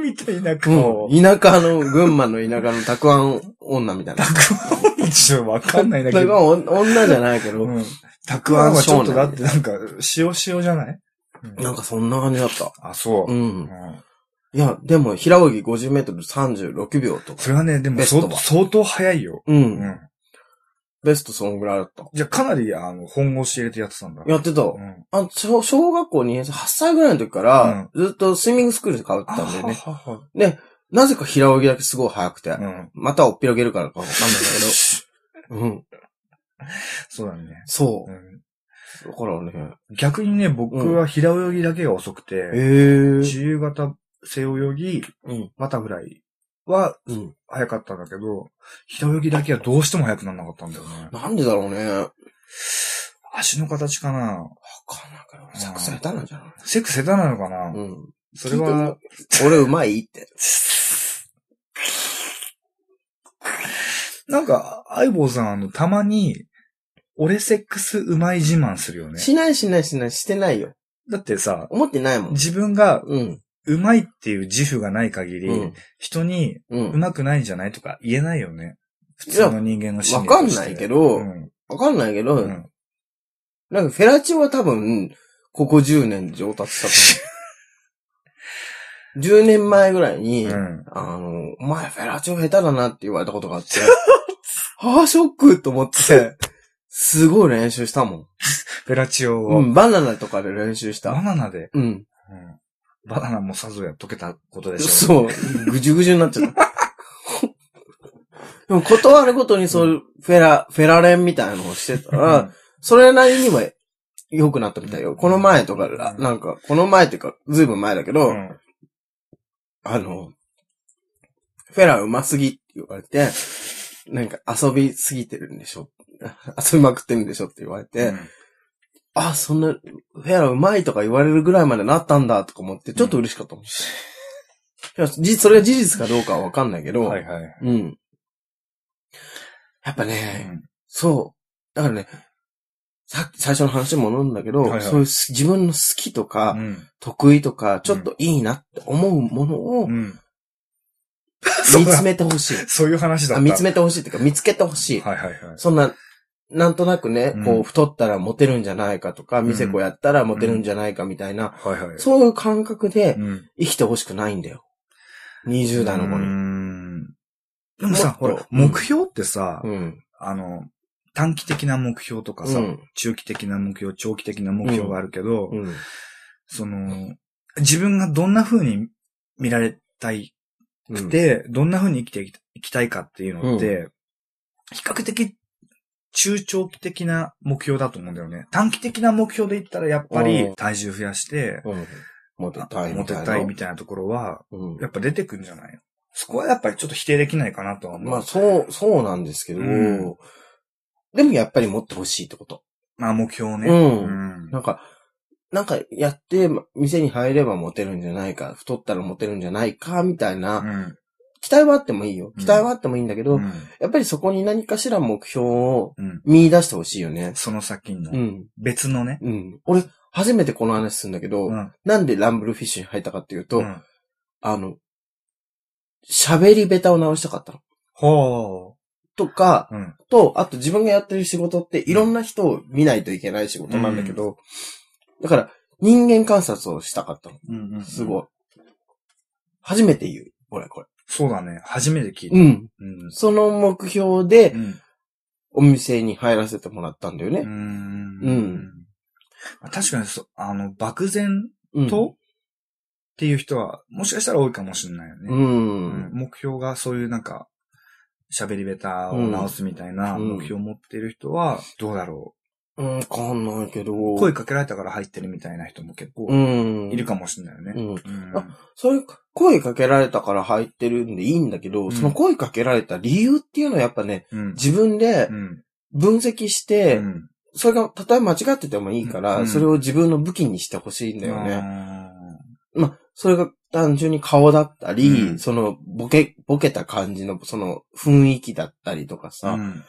Speaker 2: みたいな
Speaker 1: る。
Speaker 2: 顔。
Speaker 1: うん田舎の、群馬の田舎のたくあん女みたいな。
Speaker 2: ちょっとわかんないんだけ
Speaker 1: たくあ
Speaker 2: ど。
Speaker 1: ん女女じゃないけど、
Speaker 2: うん。たくあんはちょっとだってなんか、塩塩じゃない、うん
Speaker 1: なんかそんな感じだった。
Speaker 2: あ、そう。
Speaker 1: う。
Speaker 2: うんん
Speaker 1: いや、でも、平泳ぎ50メートル36秒とか。
Speaker 2: それはね、でも
Speaker 1: ベストは
Speaker 2: 相相当早いよ。
Speaker 1: う。
Speaker 2: うんん。
Speaker 1: ベストそんぐらいだった。
Speaker 2: じゃあかなり、あの、本腰入れてやってたんだ。
Speaker 1: やってた。
Speaker 2: うん。
Speaker 1: あ小小学校2年生、8歳ぐらいの時から、ずっとスイミングスクールで通ってたんだよね。
Speaker 2: ははは
Speaker 1: なぜか平泳ぎだけすごい速くて。
Speaker 2: うん。
Speaker 1: またおっぴろげるからかわかんないんだけど。うん。
Speaker 2: そうだね。
Speaker 1: そうう。
Speaker 2: ん。
Speaker 1: だからね。
Speaker 2: 逆にね、僕は平泳ぎだけが遅くて、
Speaker 1: え
Speaker 2: 自由形、背泳ぎ、
Speaker 1: うん。
Speaker 2: バタフライは
Speaker 1: うん。
Speaker 2: 早かったんだけど、平泳ぎだけはどうしても早くならなかったんだよね。
Speaker 1: なんでだろうね。わ
Speaker 2: 足の形かな
Speaker 1: かんないけど。サクサク下手なんじゃない
Speaker 2: セックス下手なのかな、
Speaker 1: うん。
Speaker 2: それは、
Speaker 1: 俺うまいって。
Speaker 2: なんか、相棒さん、あの、たまに、俺セックスうまい自慢するよね。
Speaker 1: しないしないしない、してないよ。
Speaker 2: だってさ、
Speaker 1: 思ってないもん。
Speaker 2: 自分が
Speaker 1: うん。
Speaker 2: うまいっていう自負がない限り、
Speaker 1: うん。
Speaker 2: 人に
Speaker 1: う。
Speaker 2: うんまくないんじゃないとか言えないよね。普
Speaker 1: いや
Speaker 2: 通の人間の心理
Speaker 1: わかん
Speaker 2: として
Speaker 1: ないけど
Speaker 2: うん
Speaker 1: わかんないけど、
Speaker 2: うん
Speaker 1: なんかフェラチオは多分、ここ10年で上達したと思う。10年 前ぐらいに、
Speaker 2: うん
Speaker 1: あの、お前フェラチオ下手だなって言われたことがあ って、ああ、ショックと思って、すごい練習したもん。
Speaker 2: ペラチオ
Speaker 1: う
Speaker 2: を
Speaker 1: ん、バナナとかで練習し
Speaker 2: バ
Speaker 1: た。
Speaker 2: ナナで、
Speaker 1: うん。
Speaker 2: うんバナナもさぞや溶けたことでしょ。
Speaker 1: そう。ぐじゅぐじゅになっちゃった。 でも断るごとにそういうフェラ、フェラレンみたいなのをしてたら、それなりには良くなったみたいよ。この前とか、らなんか、この前っていうか、ずいぶん前だけど、
Speaker 2: うん
Speaker 1: あの、フェラうますぎって言われて、なんか遊びすぎてるんでしょ。 遊びまくってるんでしょって言われて、
Speaker 2: うん
Speaker 1: あ、そんな、フェラうまいとか言われるぐらいまでなったんだとか思って、ちょっと嬉しかったもん。いやじそれが事実かどうかはわかんないけど、
Speaker 2: はいはい。
Speaker 1: うん。やっぱね、そう。だからね、さっき最初の話にもなんだけど、
Speaker 2: はいはい
Speaker 1: そういうす自分の好きとか、
Speaker 2: うん
Speaker 1: 得意とか、ちょっといいなって思うものを
Speaker 2: う
Speaker 1: 見
Speaker 2: ん。
Speaker 1: つめてほしい。
Speaker 2: そういう話だっ
Speaker 1: あ
Speaker 2: た。
Speaker 1: 見つめてほしいっていうか、見つけてほしい。
Speaker 2: はいはいはい。
Speaker 1: そんな、なんとなくね、
Speaker 2: うん
Speaker 1: こう、太ったらモテるんじゃないかとか、
Speaker 2: ん
Speaker 1: 店子やったらモテるんじゃないかみたいな、
Speaker 2: はいはい。
Speaker 1: そういう感覚で
Speaker 2: うん。
Speaker 1: 生きてほしくないんだよ。20代の子
Speaker 2: う
Speaker 1: に。
Speaker 2: んでもさ、
Speaker 1: も
Speaker 2: ほ
Speaker 1: っと
Speaker 2: ら、
Speaker 1: うん
Speaker 2: 目標ってさ、
Speaker 1: うん。
Speaker 2: あの、短期的な目標とか
Speaker 1: う
Speaker 2: さ、
Speaker 1: ん。
Speaker 2: 中期的な目標、長期的な目標があるけど、
Speaker 1: うん。
Speaker 2: その、自分がどんな風に見られたい
Speaker 1: うん
Speaker 2: く、て、どんな風に生きていきいきたいかっていうのって、比較的中長期的な目標だと思うんだよね。短期的な目標で言ったらやっぱ
Speaker 1: う
Speaker 2: り
Speaker 1: ん
Speaker 2: 体重増やして、
Speaker 1: うん。モテたい
Speaker 2: モ
Speaker 1: みた
Speaker 2: テ
Speaker 1: いな。
Speaker 2: たいみたいなところは、
Speaker 1: うん
Speaker 2: やっぱ出てくんじゃないのそこはやっぱりちょっと否定できないかなとは思う。
Speaker 1: まあ、そう、そうなんですけど、
Speaker 2: うん
Speaker 1: でもやっぱり持ってほしいってこと。
Speaker 2: まあ目標ね。
Speaker 1: うん
Speaker 2: うん
Speaker 1: なんか、なんかやって、ま店に入ればモテるんじゃないか、太ったらモテるんじゃないか、みたいな、
Speaker 2: うん
Speaker 1: 期待はあってもいいよ。
Speaker 2: うん
Speaker 1: 期待はあってもいいんだけど、
Speaker 2: うん
Speaker 1: やっぱりそこに何かしら目標を
Speaker 2: うん
Speaker 1: 見出してほしいよね。
Speaker 2: その先
Speaker 1: う
Speaker 2: の、
Speaker 1: ん。
Speaker 2: 別のね。
Speaker 1: うん。俺、初めてこの話するんだけど、
Speaker 2: うん
Speaker 1: なんでランブルフィッシュに入ったかっていうと、
Speaker 2: うん
Speaker 1: あの、喋り下手を直したかったの。
Speaker 2: ほ
Speaker 1: とか、
Speaker 2: う。うん。
Speaker 1: と、あと自分がやってる仕事っていろんな人を見ないといけない仕事なんだけど、だから人間観察をしたかったの。
Speaker 2: うんうん
Speaker 1: すごい。初めて言う。俺、これ。
Speaker 2: そうだね。初めて聞いた。
Speaker 1: うん。
Speaker 2: うん
Speaker 1: その目標で、
Speaker 2: うん
Speaker 1: お店に入らせてもらったんだよ
Speaker 2: うー
Speaker 1: ね。
Speaker 2: ん
Speaker 1: うん
Speaker 2: まあ確かにそ、あの、漠然
Speaker 1: うん。
Speaker 2: と、っていう人は、もしかしたら多いかもしれないよ
Speaker 1: う
Speaker 2: ね。
Speaker 1: ん。
Speaker 2: 目標がそういうなんか、喋り下手を直すみたいな
Speaker 1: うん
Speaker 2: 目標を持ってる人は、どうだろ
Speaker 1: うん、わかんないけど。
Speaker 2: う、声かけられたから入ってるみたいな人も結構
Speaker 1: うん。
Speaker 2: いるかもしれないよね。
Speaker 1: うん。
Speaker 2: うん
Speaker 1: そういう声かけられたから入ってるんでいいんだけど、
Speaker 2: うん
Speaker 1: その声かけられた理由っていうのはやっぱね、
Speaker 2: うん。
Speaker 1: 自分で
Speaker 2: うん。
Speaker 1: 分析して、
Speaker 2: うん
Speaker 1: それが、たとえ間違っててもいいから、
Speaker 2: うん
Speaker 1: それを自分の武器にしてほしいんだよね。
Speaker 2: あ
Speaker 1: まあ、それが単純に顔だったり、
Speaker 2: うん
Speaker 1: その、ボケ、ボケた感じの、その、雰囲気だったりとかさ、
Speaker 2: ーう
Speaker 1: っ
Speaker 2: ん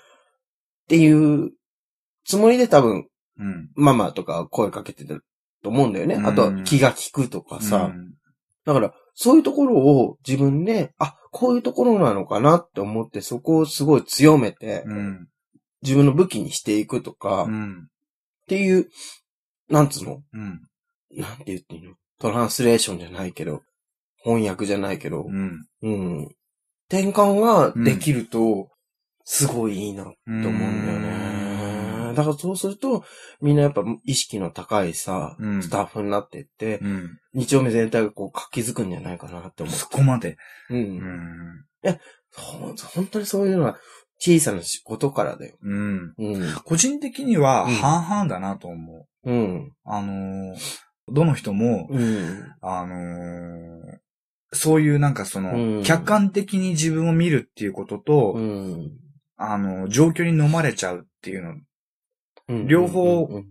Speaker 1: ていうつもりで多分、
Speaker 2: うん。
Speaker 1: ママとか声かけてると思うんだよね。
Speaker 2: うん
Speaker 1: あとは気が利くとかさ、
Speaker 2: うん
Speaker 1: だから、そういうところを自分で、あ、こういうところなのかなって思って、そこをすごい強めて、
Speaker 2: うん。
Speaker 1: 自分の武器にしていくとか、
Speaker 2: う
Speaker 1: っ
Speaker 2: ん。
Speaker 1: ていう、なんつうの
Speaker 2: うん。
Speaker 1: なんて言っていいのトランスレーションじゃないけど、翻訳じゃないけど、
Speaker 2: うん。
Speaker 1: うん。転換ができると、すごいいいなと
Speaker 2: うん。
Speaker 1: 思うんだよね。だからそうすると、みんなやっぱ意識の高いさ、
Speaker 2: うん
Speaker 1: スタッフになってって、
Speaker 2: うん。
Speaker 1: 二丁目全体がこう活気づくんじゃないかなって思
Speaker 2: そこまで。
Speaker 1: う。うん
Speaker 2: う。ん。
Speaker 1: ほん本当にそういうのは小さなことからだよ。
Speaker 2: うん。
Speaker 1: うん。
Speaker 2: 個人的には
Speaker 1: うん
Speaker 2: 半々だなと思
Speaker 1: う
Speaker 2: う。
Speaker 1: ん。
Speaker 2: あのー、どの人も、
Speaker 1: うん。
Speaker 2: あのー、そういうなんかその、
Speaker 1: うん
Speaker 2: 客観的に自分を見るっていうことと、
Speaker 1: うん。
Speaker 2: あの、状況に飲まれちゃうっていうの、
Speaker 1: うん
Speaker 2: 両方
Speaker 1: うんうん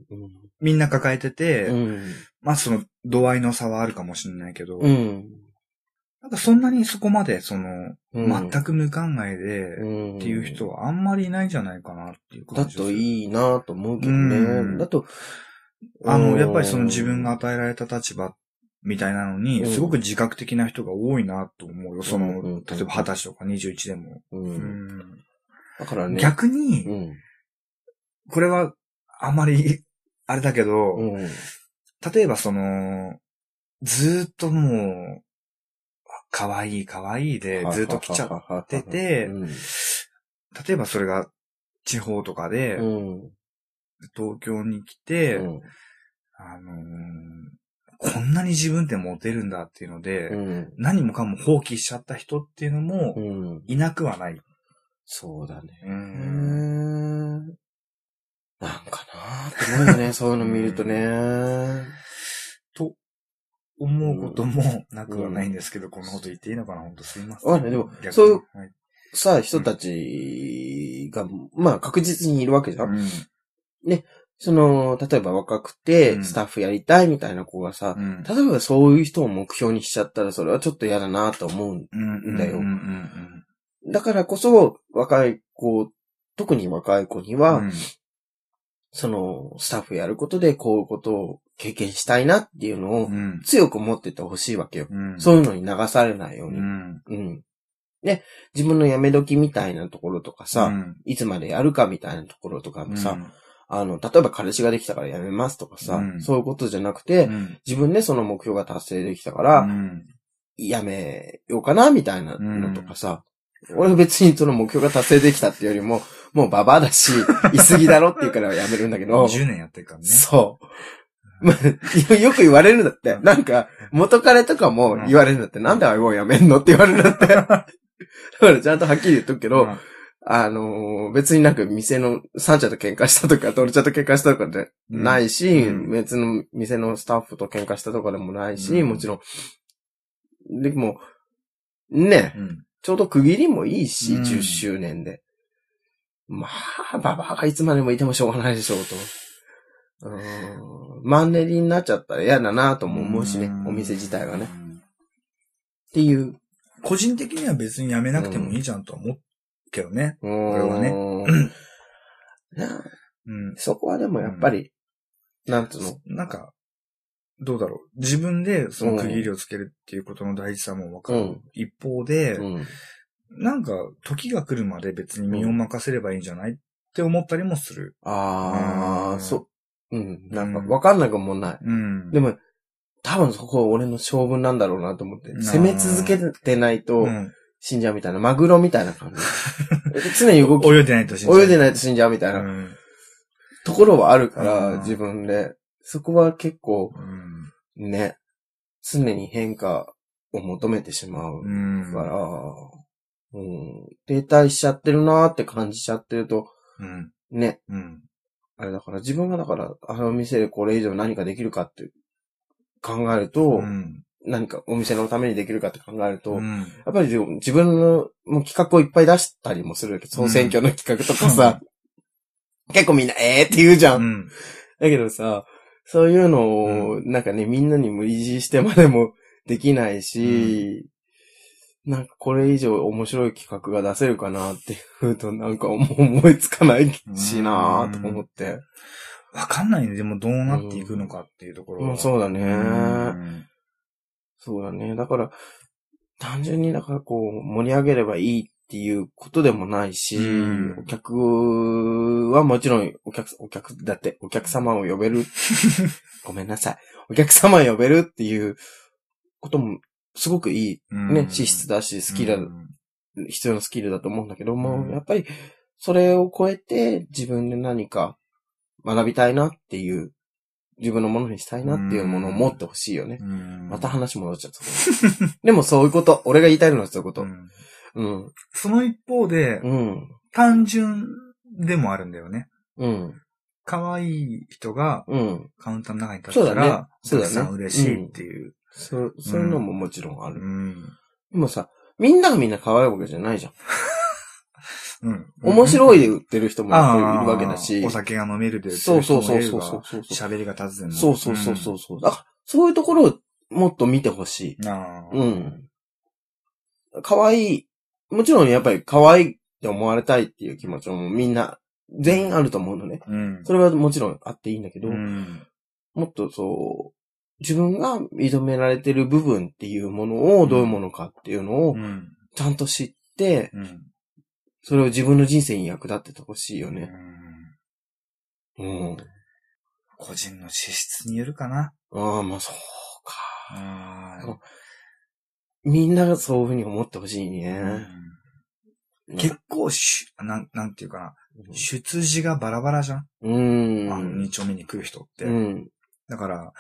Speaker 2: みんな抱えてて、
Speaker 1: うん。
Speaker 2: まあその、度合いの差はあるかもしれないけど、
Speaker 1: うん。
Speaker 2: なんかそんなにそこまで、その、
Speaker 1: うん
Speaker 2: 全く無考えで、
Speaker 1: っ
Speaker 2: っていう人はあんまりいないんじゃないかなっていう
Speaker 1: だ
Speaker 2: 感じ
Speaker 1: と
Speaker 2: い。
Speaker 1: いいなと思うけど
Speaker 2: うん
Speaker 1: ね。だと、
Speaker 2: あの、やっぱりその自分が与えられた立場みたいなのに、
Speaker 1: うん
Speaker 2: すごく自覚的な人が多いなと思うよ。その、
Speaker 1: うんうんうん
Speaker 2: 例えば二十歳とか二十一でも。
Speaker 1: うん、
Speaker 2: うん
Speaker 1: だからね。
Speaker 2: 逆に、
Speaker 1: うん。
Speaker 2: これはあまり、 あれだけど、
Speaker 1: うん。
Speaker 2: 例えばその、ずーっともう、可愛い可愛いで、ずーっと来ちゃっ
Speaker 1: って
Speaker 2: て、
Speaker 1: うん。
Speaker 2: 例えばそれが地方とかで、
Speaker 1: うん
Speaker 2: 東京に来て、あのーこんなに自分ってモテるんだっていうので、
Speaker 1: うん。
Speaker 2: 何もかも放棄しちゃった人っていうの
Speaker 1: う
Speaker 2: も
Speaker 1: ん。
Speaker 2: いなくはない。
Speaker 1: そうだね。
Speaker 2: う。
Speaker 1: うんん。なんかなーって思うよ ね。そういうの見るとね。
Speaker 2: と思うこともなくはないんですけど、こんなこと言っていいのかな本当すいませ
Speaker 1: わか
Speaker 2: ん。
Speaker 1: んないでも
Speaker 2: 逆に
Speaker 1: そういう
Speaker 2: はい
Speaker 1: さあ、人たちが、まあ確実にいるわけじゃん。その、例えば若く
Speaker 2: う
Speaker 1: て、
Speaker 2: ん
Speaker 1: スタッフやりたいみたいな子がさ、
Speaker 2: うん。
Speaker 1: 例えばそういう人を目標にしちゃったら、それはちょっと嫌だなと思う。
Speaker 2: うん。
Speaker 1: だよ
Speaker 2: うんうん
Speaker 1: だからこそ、若い子、特に若い子に
Speaker 2: う
Speaker 1: は、
Speaker 2: ん。うん
Speaker 1: その、スタッフやることで、こういうことを経験したいなっていうのを
Speaker 2: う、ん。
Speaker 1: 強く思っててほしいわけよ。
Speaker 2: うん。
Speaker 1: そういうのに流されないよう
Speaker 2: う
Speaker 1: に。
Speaker 2: ん。
Speaker 1: うん。で、自分のやめ時みたいなところとかさ、
Speaker 2: うん、
Speaker 1: いつまでやるかみたいなところとかもさ、
Speaker 2: うん、
Speaker 1: あの、例えば彼氏ができたからやめますとかさ、
Speaker 2: うん
Speaker 1: そういうことじゃなくて、
Speaker 2: うん
Speaker 1: 自分でその目標が達成できたから、
Speaker 2: うん
Speaker 1: やめようかな、みたいなのとかさ、俺別にその目標が達成できたっていうよりも、もうババアだ し、いすぎだろっていうからやめるんだけど、
Speaker 2: 10年やってるからね。
Speaker 1: そう。 まあ、よよく言われるんだって。なんか、元彼とかも言われるんだって。なんであれをやめんのって言われるんだって。 だからちゃんとはっきり言っとくけど、
Speaker 2: うん
Speaker 1: あのー別になんか店の、サンちゃんと喧嘩したとか、トルちゃんと喧嘩したとかで
Speaker 2: うん
Speaker 1: ないし、
Speaker 2: うん
Speaker 1: 別の店のスタッフと喧嘩したとかでもないし、
Speaker 2: うん
Speaker 1: もちろん。でも、ね、
Speaker 2: うん。
Speaker 1: ちょうど区切りもいいし、
Speaker 2: うん
Speaker 1: 10周年で。まあ、ババアがいつまでもいてもしょうがないでしょうと。うーんマンネリになっちゃったら嫌だなとも思うしね、
Speaker 2: ん
Speaker 1: お店自体がね。っ。ていう。
Speaker 2: 個人的には別に辞めなくてもいいじゃんとは思うけどね。れはね
Speaker 1: ね。な
Speaker 2: うん。
Speaker 1: そこはでもやっぱり、なんつうの、
Speaker 2: なんか、どうだろう。自分でその区切りをつけるっていうことの大事さもわか
Speaker 1: う
Speaker 2: る
Speaker 1: ん。
Speaker 2: 一方で、
Speaker 1: うん、
Speaker 2: なんか、時が来るまで別に身を任せればいいんじゃないって思ったりもする。
Speaker 1: あ
Speaker 2: う
Speaker 1: あ、
Speaker 2: ん
Speaker 1: そ、うん、なんか
Speaker 2: うん
Speaker 1: わかんなくもない。
Speaker 2: うん。
Speaker 1: で
Speaker 2: も、
Speaker 1: も、多分そこは俺の性分なんだろうなと思って、攻め続けてないと、
Speaker 2: うん。
Speaker 1: 死んじゃうみたいな。マグロみたいな感じ。 常に動き、
Speaker 2: 泳いでないと死んじゃう。
Speaker 1: 泳いで
Speaker 2: ない。
Speaker 1: ないと死んじゃうみたいな
Speaker 2: うん。
Speaker 1: ところはあるか
Speaker 2: うん
Speaker 1: ら、自分で。そこは結構、
Speaker 2: うん
Speaker 1: ね、常に変化を求めてしまう
Speaker 2: うん。
Speaker 1: から、うん、停滞しちゃってるなーって感じちゃってると、
Speaker 2: うん。
Speaker 1: ね、
Speaker 2: うん。
Speaker 1: あれだから、自分がだから、あの店でこれ以上何かできるかって考えると、
Speaker 2: うん。
Speaker 1: 何かお店のためにできるかって考えると、
Speaker 2: う
Speaker 1: や
Speaker 2: ん
Speaker 1: っぱり自分自分のもう企画をいっぱい出したりもするけど、総選挙の企画とかさ、結構みんな、えーって言うじゃん。
Speaker 2: うん。
Speaker 1: だけどさ、そういうのを、なんかね、みんなに無理強いしてまでもできないし、なんかこれ以上面白い企画が出せるかなっていうと、なんかもう思いつかないしなぁと思って。
Speaker 2: わかんないね。でもどうなっていくのかっていうところ
Speaker 1: ま
Speaker 2: は。
Speaker 1: あそうだね、
Speaker 2: うん
Speaker 1: そうだね。だから、単純になんかこう、盛り上げればいいっていうことでもないし、
Speaker 2: うん
Speaker 1: お客はもちろん、お客、お客、だってお客様を呼べる。 ごめんなさい。お客様を呼べるっていうことも、すごくいいね、資質
Speaker 2: だ。
Speaker 1: だし、スキルだ、
Speaker 2: うん
Speaker 1: 必要なスキルだと思うんだけども、
Speaker 2: うん
Speaker 1: やっぱり、それを超えて自分で何か学びたいなっていう、自分のものにしたいなっていうものを持ってほしいよね。
Speaker 2: うん
Speaker 1: また話戻っちゃった。でもそういうこと。俺が言いたいのはそういうこ
Speaker 2: う
Speaker 1: と。
Speaker 2: ん
Speaker 1: うん。
Speaker 2: その一方で、
Speaker 1: うん。
Speaker 2: 単純でもあるんだよね。
Speaker 1: うん。
Speaker 2: 可愛い人が
Speaker 1: うん。
Speaker 2: カウンターの中に立っ
Speaker 1: そ
Speaker 2: た
Speaker 1: うだ
Speaker 2: ら
Speaker 1: ね、そうだね
Speaker 2: たくさん嬉しいっていう。
Speaker 1: そ、そういうのももちろんあ
Speaker 2: う
Speaker 1: る。
Speaker 2: ん。
Speaker 1: でもさ、みんながみんな可愛いわけじゃないじゃん。
Speaker 2: うん。
Speaker 1: 面
Speaker 2: い
Speaker 1: 白いで売ってる人もいる
Speaker 2: あ
Speaker 1: わけだし
Speaker 2: お。酒が飲めるで。
Speaker 1: そうそうそうそう
Speaker 2: 人
Speaker 1: そ
Speaker 2: も
Speaker 1: う
Speaker 2: い
Speaker 1: そう。
Speaker 2: れば喋りが立つでも。
Speaker 1: そうそうそうそうそう。だから、そういうところをもっと見てほしい。
Speaker 2: うん。ああ。
Speaker 1: うん。可愛い。もちろんやっぱり可愛いって思われたいっていう気持ちもみんな、全員あると思うのね。
Speaker 2: うん。
Speaker 1: それはもちろんあっていいんだけど、
Speaker 2: うん。
Speaker 1: もっとそう、自分が認められてる部分っていうものをどういうものかっていうのを
Speaker 2: うん。
Speaker 1: ちゃんと知って、
Speaker 2: うん。
Speaker 1: それを自分の人生に役立っててほしいよ
Speaker 2: う
Speaker 1: ね。
Speaker 2: ん
Speaker 1: うん。
Speaker 2: 個人の資質によるかな。
Speaker 1: ああ、まあそうか。
Speaker 2: うん
Speaker 1: みんながそういうふうに思ってほしいね。
Speaker 2: うん結構し、なん、なんていうかな、
Speaker 1: うん
Speaker 2: 出自がバラバラじゃん、
Speaker 1: うん。
Speaker 2: あの、二丁目に来る人って。
Speaker 1: うん。
Speaker 2: だから、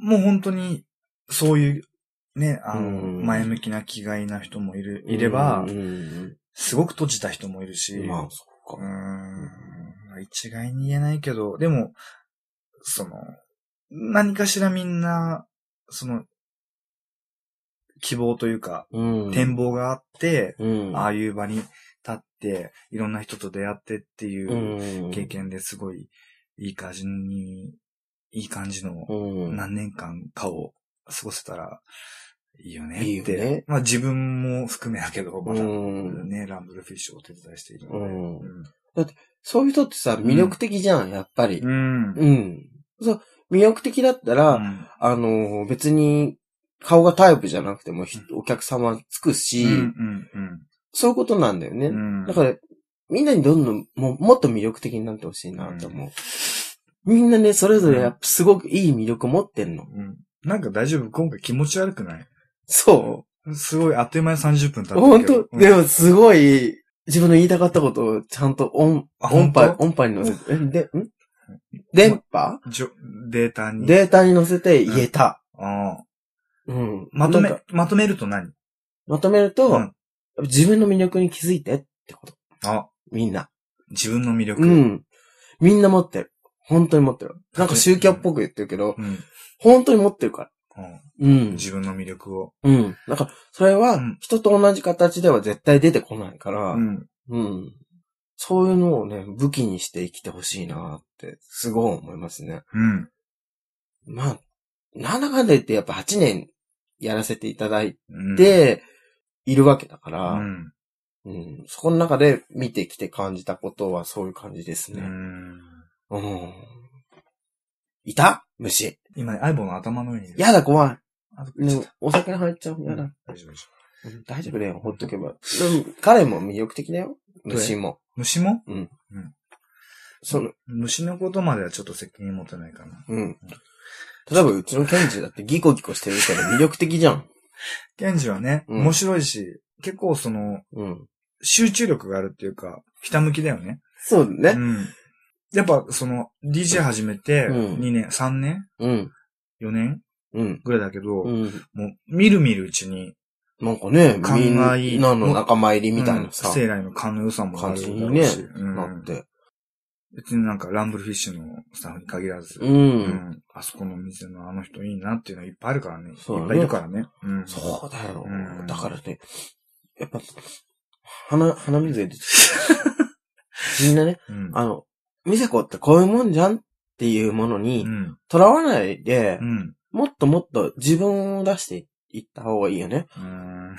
Speaker 2: もう本当に、そういう、ね、あの、
Speaker 1: うん
Speaker 2: 前向きな気概な人もいる、いれば
Speaker 1: う、ん。
Speaker 2: すごく閉じた人もいるし、
Speaker 1: まあそう
Speaker 2: う
Speaker 1: か。
Speaker 2: ん、一概に言えないけど、でも、その、何かしらみんな、その、希望というか、
Speaker 1: うん。
Speaker 2: 展望があって、
Speaker 1: うん。
Speaker 2: ああいう場に立って、いろんな人と出会ってって
Speaker 1: う。
Speaker 2: いうん経験ですごい、いい感じに、いい感じの
Speaker 1: うん。
Speaker 2: 何年間かを過ごせたら、いいよねって。
Speaker 1: いいよね
Speaker 2: まあ自分も含めだけど、まだ、
Speaker 1: うん。
Speaker 2: ね、ランブルフィッシュをお手伝いしているの
Speaker 1: う
Speaker 2: で。
Speaker 1: ん。そういう人ってさ、魅力的じゃん、やっぱり。
Speaker 2: うん。うん。
Speaker 1: うん。そう、魅力的だったら、あの、別に、顔がタイプじゃなくてもひ、お客様つくし、
Speaker 2: うん。うん
Speaker 1: そういうことなんだよね。
Speaker 2: うん。
Speaker 1: だから、みんなにどんどんも、もっと魅力的になってほしいなと思う。みんなね、それぞれやっぱすごくいい魅力持ってんの。
Speaker 2: うん。なんか大丈夫今回気持ち悪くない
Speaker 1: そ
Speaker 2: すごい、あっという間に30分経っ
Speaker 1: う。
Speaker 2: たけど。
Speaker 1: 本当、
Speaker 2: うん
Speaker 1: でもすごい、自分の言いたかったことをちゃんと音、
Speaker 2: あ
Speaker 1: 音波
Speaker 2: 本、当
Speaker 1: 音波に乗せて、えで、ん電波
Speaker 2: じょデータに。
Speaker 1: データに乗せて言えた。
Speaker 2: ああ、
Speaker 1: うん。
Speaker 2: まと
Speaker 1: なん
Speaker 2: め
Speaker 1: か、
Speaker 2: まとめると何
Speaker 1: まとめると、
Speaker 2: うん
Speaker 1: 自分の魅力に気づいてってこと。
Speaker 2: あ、
Speaker 1: みんな。
Speaker 2: 自分の魅力。
Speaker 1: う。ん。みんな持ってる。本当に持ってる。なんか宗教っぽく言ってるけど、
Speaker 2: うん。
Speaker 1: 本当に持ってるから。
Speaker 2: うん
Speaker 1: うん。
Speaker 2: 自分の魅力を。
Speaker 1: うん。なんか、それ
Speaker 2: う
Speaker 1: は
Speaker 2: ん、
Speaker 1: 人と同じ形では絶対出てこないから、うん。
Speaker 2: ん。
Speaker 1: そういうのをね、武器にして生きてほしいなって、すごい思いますね。
Speaker 2: うん。
Speaker 1: まあ、なんだかんだ言ってやっぱ8年やらせていただい
Speaker 2: うん、
Speaker 1: て、いるわけだから、
Speaker 2: う
Speaker 1: うん、
Speaker 2: ん。
Speaker 1: そこの中で見てきて感じたことはそういう感じです
Speaker 2: う
Speaker 1: ね。
Speaker 2: ん。
Speaker 1: うん。いた虫。
Speaker 2: 今、相棒の頭の上にいる。
Speaker 1: やだ、怖
Speaker 2: あと
Speaker 1: い。
Speaker 2: ち
Speaker 1: ね
Speaker 2: ょっと、
Speaker 1: お酒入っちゃう。やだ。
Speaker 2: 大丈夫、大丈夫。
Speaker 1: うん大丈夫だよ、ほっとけば。でも彼も魅力的だよ。
Speaker 2: どれ
Speaker 1: 虫も。
Speaker 2: 虫も
Speaker 1: その、
Speaker 2: 虫のことまではちょっと責任持てないかな。
Speaker 1: うん。例えば、うちのケンジだってギコギコしてるけど魅力的じゃん。
Speaker 2: ケンジはね、
Speaker 1: うん
Speaker 2: 面白いし、結構その、
Speaker 1: うん。
Speaker 2: 集中力があるっていうか、ひたむきだよね。
Speaker 1: そう
Speaker 2: う
Speaker 1: ね。
Speaker 2: ん。やっぱその、DJ 始めて、
Speaker 1: うん
Speaker 2: 2年、3年
Speaker 1: うん。
Speaker 2: ?4 年
Speaker 1: うん。
Speaker 2: ぐらいだけど、
Speaker 1: うん。
Speaker 2: もう、みるみるうちに、
Speaker 1: なんかね、
Speaker 2: 勘
Speaker 1: みん
Speaker 2: がいい
Speaker 1: なの仲間入りみたいな
Speaker 2: う
Speaker 1: さ
Speaker 2: ん、生来の勘の良さもあるだろ
Speaker 1: 感
Speaker 2: う
Speaker 1: じ
Speaker 2: し、
Speaker 1: に
Speaker 2: うん
Speaker 1: なって。
Speaker 2: 別になんか、ランブルフィッシュのスタッフに限らず、
Speaker 1: う。
Speaker 2: うんんあそこの店のあの人いいなっていうのはいっぱいあるからね。
Speaker 1: そうだね
Speaker 2: いっぱいいるからね。うん。
Speaker 1: そうだよ
Speaker 2: う。ん
Speaker 1: だからね、やっぱ、鼻、鼻水出 てきてみんなね、
Speaker 2: うん。
Speaker 1: あの、ミセコってこういうもんじゃんっていうもの
Speaker 2: う
Speaker 1: に、
Speaker 2: ん。
Speaker 1: とらわないで
Speaker 2: う、ん。
Speaker 1: もっともっと自分を出していった方がいいよね。
Speaker 2: うん。
Speaker 1: うん。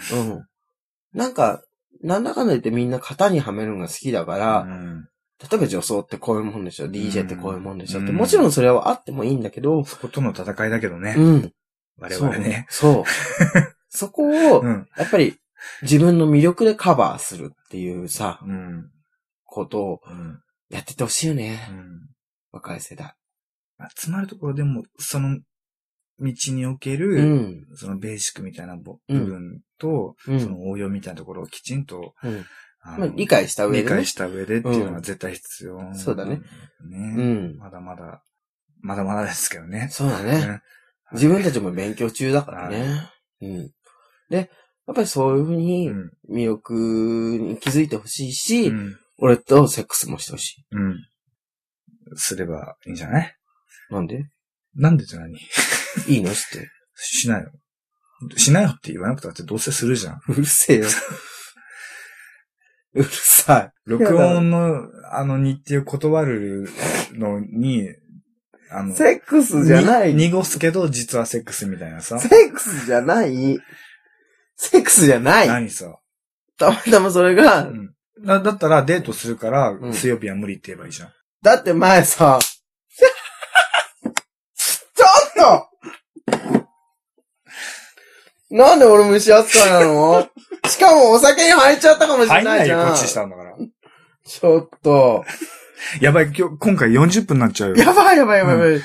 Speaker 1: なんか、なんだかんだ言ってみんな型にはめるのが好きだから、
Speaker 2: うん
Speaker 1: 例えば女装ってこういうもんでしょ、DJ ってこういうもんでしょって、
Speaker 2: うん
Speaker 1: もちろんそれはあってもいいんだけど、
Speaker 2: そことの戦いだけどね。
Speaker 1: うん。
Speaker 2: 我々ね。
Speaker 1: そう。そう。 そこを、
Speaker 2: う
Speaker 1: や
Speaker 2: ん。
Speaker 1: っぱり自分の魅力でカバーするっていうさ、
Speaker 2: うん。
Speaker 1: ことを
Speaker 2: うん。
Speaker 1: やってってほしいよね。
Speaker 2: うん
Speaker 1: 若い世代。
Speaker 2: 集まるところでも、その道におけ
Speaker 1: う
Speaker 2: る、
Speaker 1: ん。
Speaker 2: そのベーシックみたいなぼ
Speaker 1: う
Speaker 2: 部
Speaker 1: ん
Speaker 2: 分と、
Speaker 1: う
Speaker 2: そ
Speaker 1: ん。
Speaker 2: の応用みたいなところをきちんと、
Speaker 1: うん
Speaker 2: あ
Speaker 1: まあ
Speaker 2: の
Speaker 1: 理解した上
Speaker 2: 理
Speaker 1: でね
Speaker 2: 解。した上でっていうのが絶対必要なんよ。
Speaker 1: そうだねう
Speaker 2: ね。
Speaker 1: ん。
Speaker 2: まだまだ、まだまだですけどね。
Speaker 1: そうだ
Speaker 2: う
Speaker 1: ね。
Speaker 2: ん
Speaker 1: 自分たちも勉強中だからね。うん。で、やっぱりそういうふうに
Speaker 2: うん
Speaker 1: 魅力に気づいてほしいし、
Speaker 2: うん。
Speaker 1: 俺とセックスもしてほし
Speaker 2: うん。すればいいんじゃない
Speaker 1: い。なんで
Speaker 2: なんでじゃない
Speaker 1: いいのして。
Speaker 2: しないよ。しないよって言わなくたってどうせするじゃん。
Speaker 1: うるせえよ。 うるさ
Speaker 2: 録音の、あの日程を断るのに、あ
Speaker 1: い。
Speaker 2: の、
Speaker 1: セックスじゃない。
Speaker 2: に濁すけど、実はセックスみたいなさ。
Speaker 1: セックスじゃない。セックスじゃない。
Speaker 2: 何さ。
Speaker 1: たまたまそれ
Speaker 2: う
Speaker 1: が、
Speaker 2: ん。だだったら、デートするから、
Speaker 1: うん
Speaker 2: 水曜日は無理って言えばいいじゃん。
Speaker 1: だって前さ、ちょっとなんで俺虫扱いなのしかもお酒に入っちゃったかもし
Speaker 2: 入
Speaker 1: れ
Speaker 2: ん
Speaker 1: な
Speaker 2: ないい
Speaker 1: じ
Speaker 2: よ、
Speaker 1: ゃ
Speaker 2: こ
Speaker 1: ん。
Speaker 2: っちしたんだから。
Speaker 1: ちょっと。
Speaker 2: やばい、今日、今回40分になっちゃうよ。
Speaker 1: やばいやばいやばいやばい。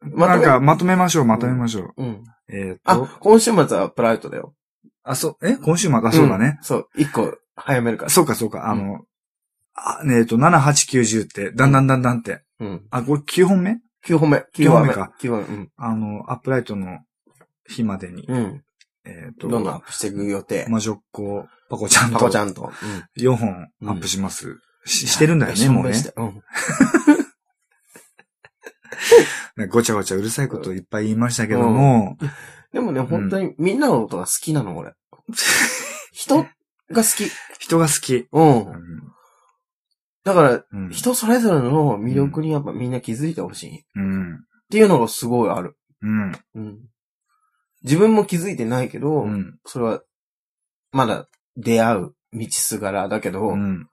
Speaker 1: ま
Speaker 2: な
Speaker 1: と
Speaker 2: ん
Speaker 1: め
Speaker 2: か、まとめましょう、まとめましょう。
Speaker 1: うん。
Speaker 2: えーっ
Speaker 1: あ
Speaker 2: と、、
Speaker 1: 今週末はプライトだよ。
Speaker 2: あ、そう、え今週末、あ、そうだね。
Speaker 1: んそう、一個早めるから。
Speaker 2: そうか、そうか、あの、あねえっと、7、8、9、10って、だんだんだんだんって。
Speaker 1: うん。
Speaker 2: あ、これ9本目
Speaker 1: 9本目。
Speaker 2: 九本目か
Speaker 1: 9本目。うん。
Speaker 2: あの、アップライトの日までに、
Speaker 1: うん。
Speaker 2: えっ、と、
Speaker 1: どんどんアップしていく予定。
Speaker 2: 魔女っ子、パコちゃん
Speaker 1: パコ
Speaker 2: と
Speaker 1: ちゃんと。うん。
Speaker 2: 4本アップします。ししてるんだよね、
Speaker 1: 証明
Speaker 2: もうね
Speaker 1: し。てうん。
Speaker 2: なんかごちゃごちゃうるさいこといっぱい言いましたけども、
Speaker 1: でもね、本当にみんなの音が好きなの、 俺。人が好き。
Speaker 2: 人が好き。
Speaker 1: う。
Speaker 2: うんん
Speaker 1: だから、
Speaker 2: うん
Speaker 1: 人それぞれの魅力にやっぱみんな気づいてほしい。っ
Speaker 2: うん。
Speaker 1: ていうのがすごいある。
Speaker 2: うん。
Speaker 1: うん。自分も気づいてないけど、
Speaker 2: うん。
Speaker 1: それは、まだ出会う道すがらだけど、
Speaker 2: うん。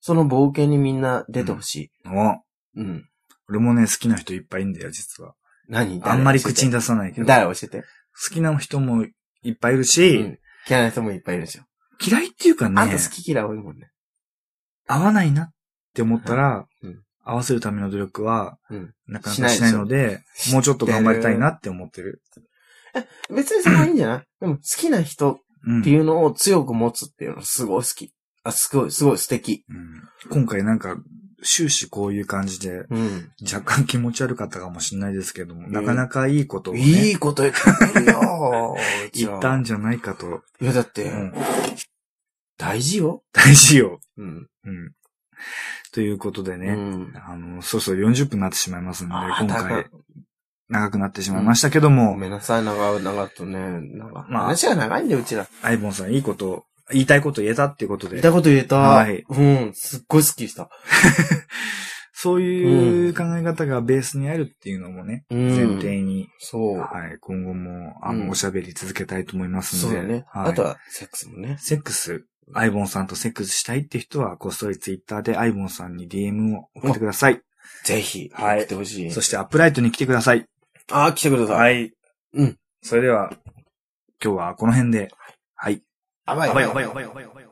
Speaker 1: その冒険にみんな出てほし
Speaker 2: お
Speaker 1: い。うん。
Speaker 2: 俺もね、好きな人いっぱいいんだよ、実は。
Speaker 1: 何
Speaker 2: あんまり口に
Speaker 1: 出
Speaker 2: 出さないけど。好
Speaker 1: 誰教えて。
Speaker 2: きな人もいっぱいいるし、
Speaker 1: うん嫌いな人もいっぱいいるでしょ。
Speaker 2: 嫌いっていうかね。
Speaker 1: あんた好き嫌い多いもんね。
Speaker 2: 合わないなって思ったら、
Speaker 1: うん
Speaker 2: 合わせるための努力は、
Speaker 1: うん
Speaker 2: なかなかしないので、
Speaker 1: しないでしょ
Speaker 2: もうちょっと頑張りたいなって思ってる。
Speaker 1: 別にそれはいいんじゃ ないでも好きな人
Speaker 2: うん
Speaker 1: っていうのを強く持つっていうのすごい好き。あ、すごい、すごい素敵。
Speaker 2: うん今回なんか、終始こういう感じで、
Speaker 1: うん。
Speaker 2: 若干気持ち悪かったかもしれないですけども、
Speaker 1: うん
Speaker 2: なかなかいいことをね、
Speaker 1: いいこと言ってるよ うち
Speaker 2: 言
Speaker 1: は
Speaker 2: ったんじゃないかと、
Speaker 1: いや、だって、
Speaker 2: うん
Speaker 1: 大事よ。
Speaker 2: 大事よ。
Speaker 1: うん。
Speaker 2: うんということで
Speaker 1: う
Speaker 2: ね、
Speaker 1: ん。
Speaker 2: あの、そうそう40分になってしまいますので、
Speaker 1: あー
Speaker 2: 今
Speaker 1: 長い
Speaker 2: 回、長くなってしまいましたけども、
Speaker 1: ごめんなさい、長々とね。なんか、
Speaker 2: まあ
Speaker 1: 話が長いんだよ、うちら。
Speaker 2: アイボンさんいいこと、言いたいこと言えたっていうこと
Speaker 1: 言
Speaker 2: で
Speaker 1: っ、たこと言えた。
Speaker 2: はい
Speaker 1: うん。すっごい好きした。
Speaker 2: そういう考え方がベースにあるっていうのもね、
Speaker 1: うん
Speaker 2: 前提に、
Speaker 1: そう。
Speaker 2: はい、今後も、あ
Speaker 1: うん
Speaker 2: の、おしゃべり続けたいと思います
Speaker 1: そ
Speaker 2: の
Speaker 1: う
Speaker 2: で、
Speaker 1: だね。
Speaker 2: はい、
Speaker 1: あとは、セックスもね。
Speaker 2: セックス、アイボンさんとセックスしたいって人は、こっそりツイッターでアイボンさんに DM を送ってください。
Speaker 1: ぜひ、
Speaker 2: はい
Speaker 1: 来てほしい
Speaker 2: そ。してアップライトに来てください。
Speaker 1: あー、来てください。
Speaker 2: はい。
Speaker 1: うん。
Speaker 2: それでは、今日はこの辺で、はい。
Speaker 1: あば
Speaker 2: あばよ
Speaker 1: よ
Speaker 2: あばよあばよあばよあばよ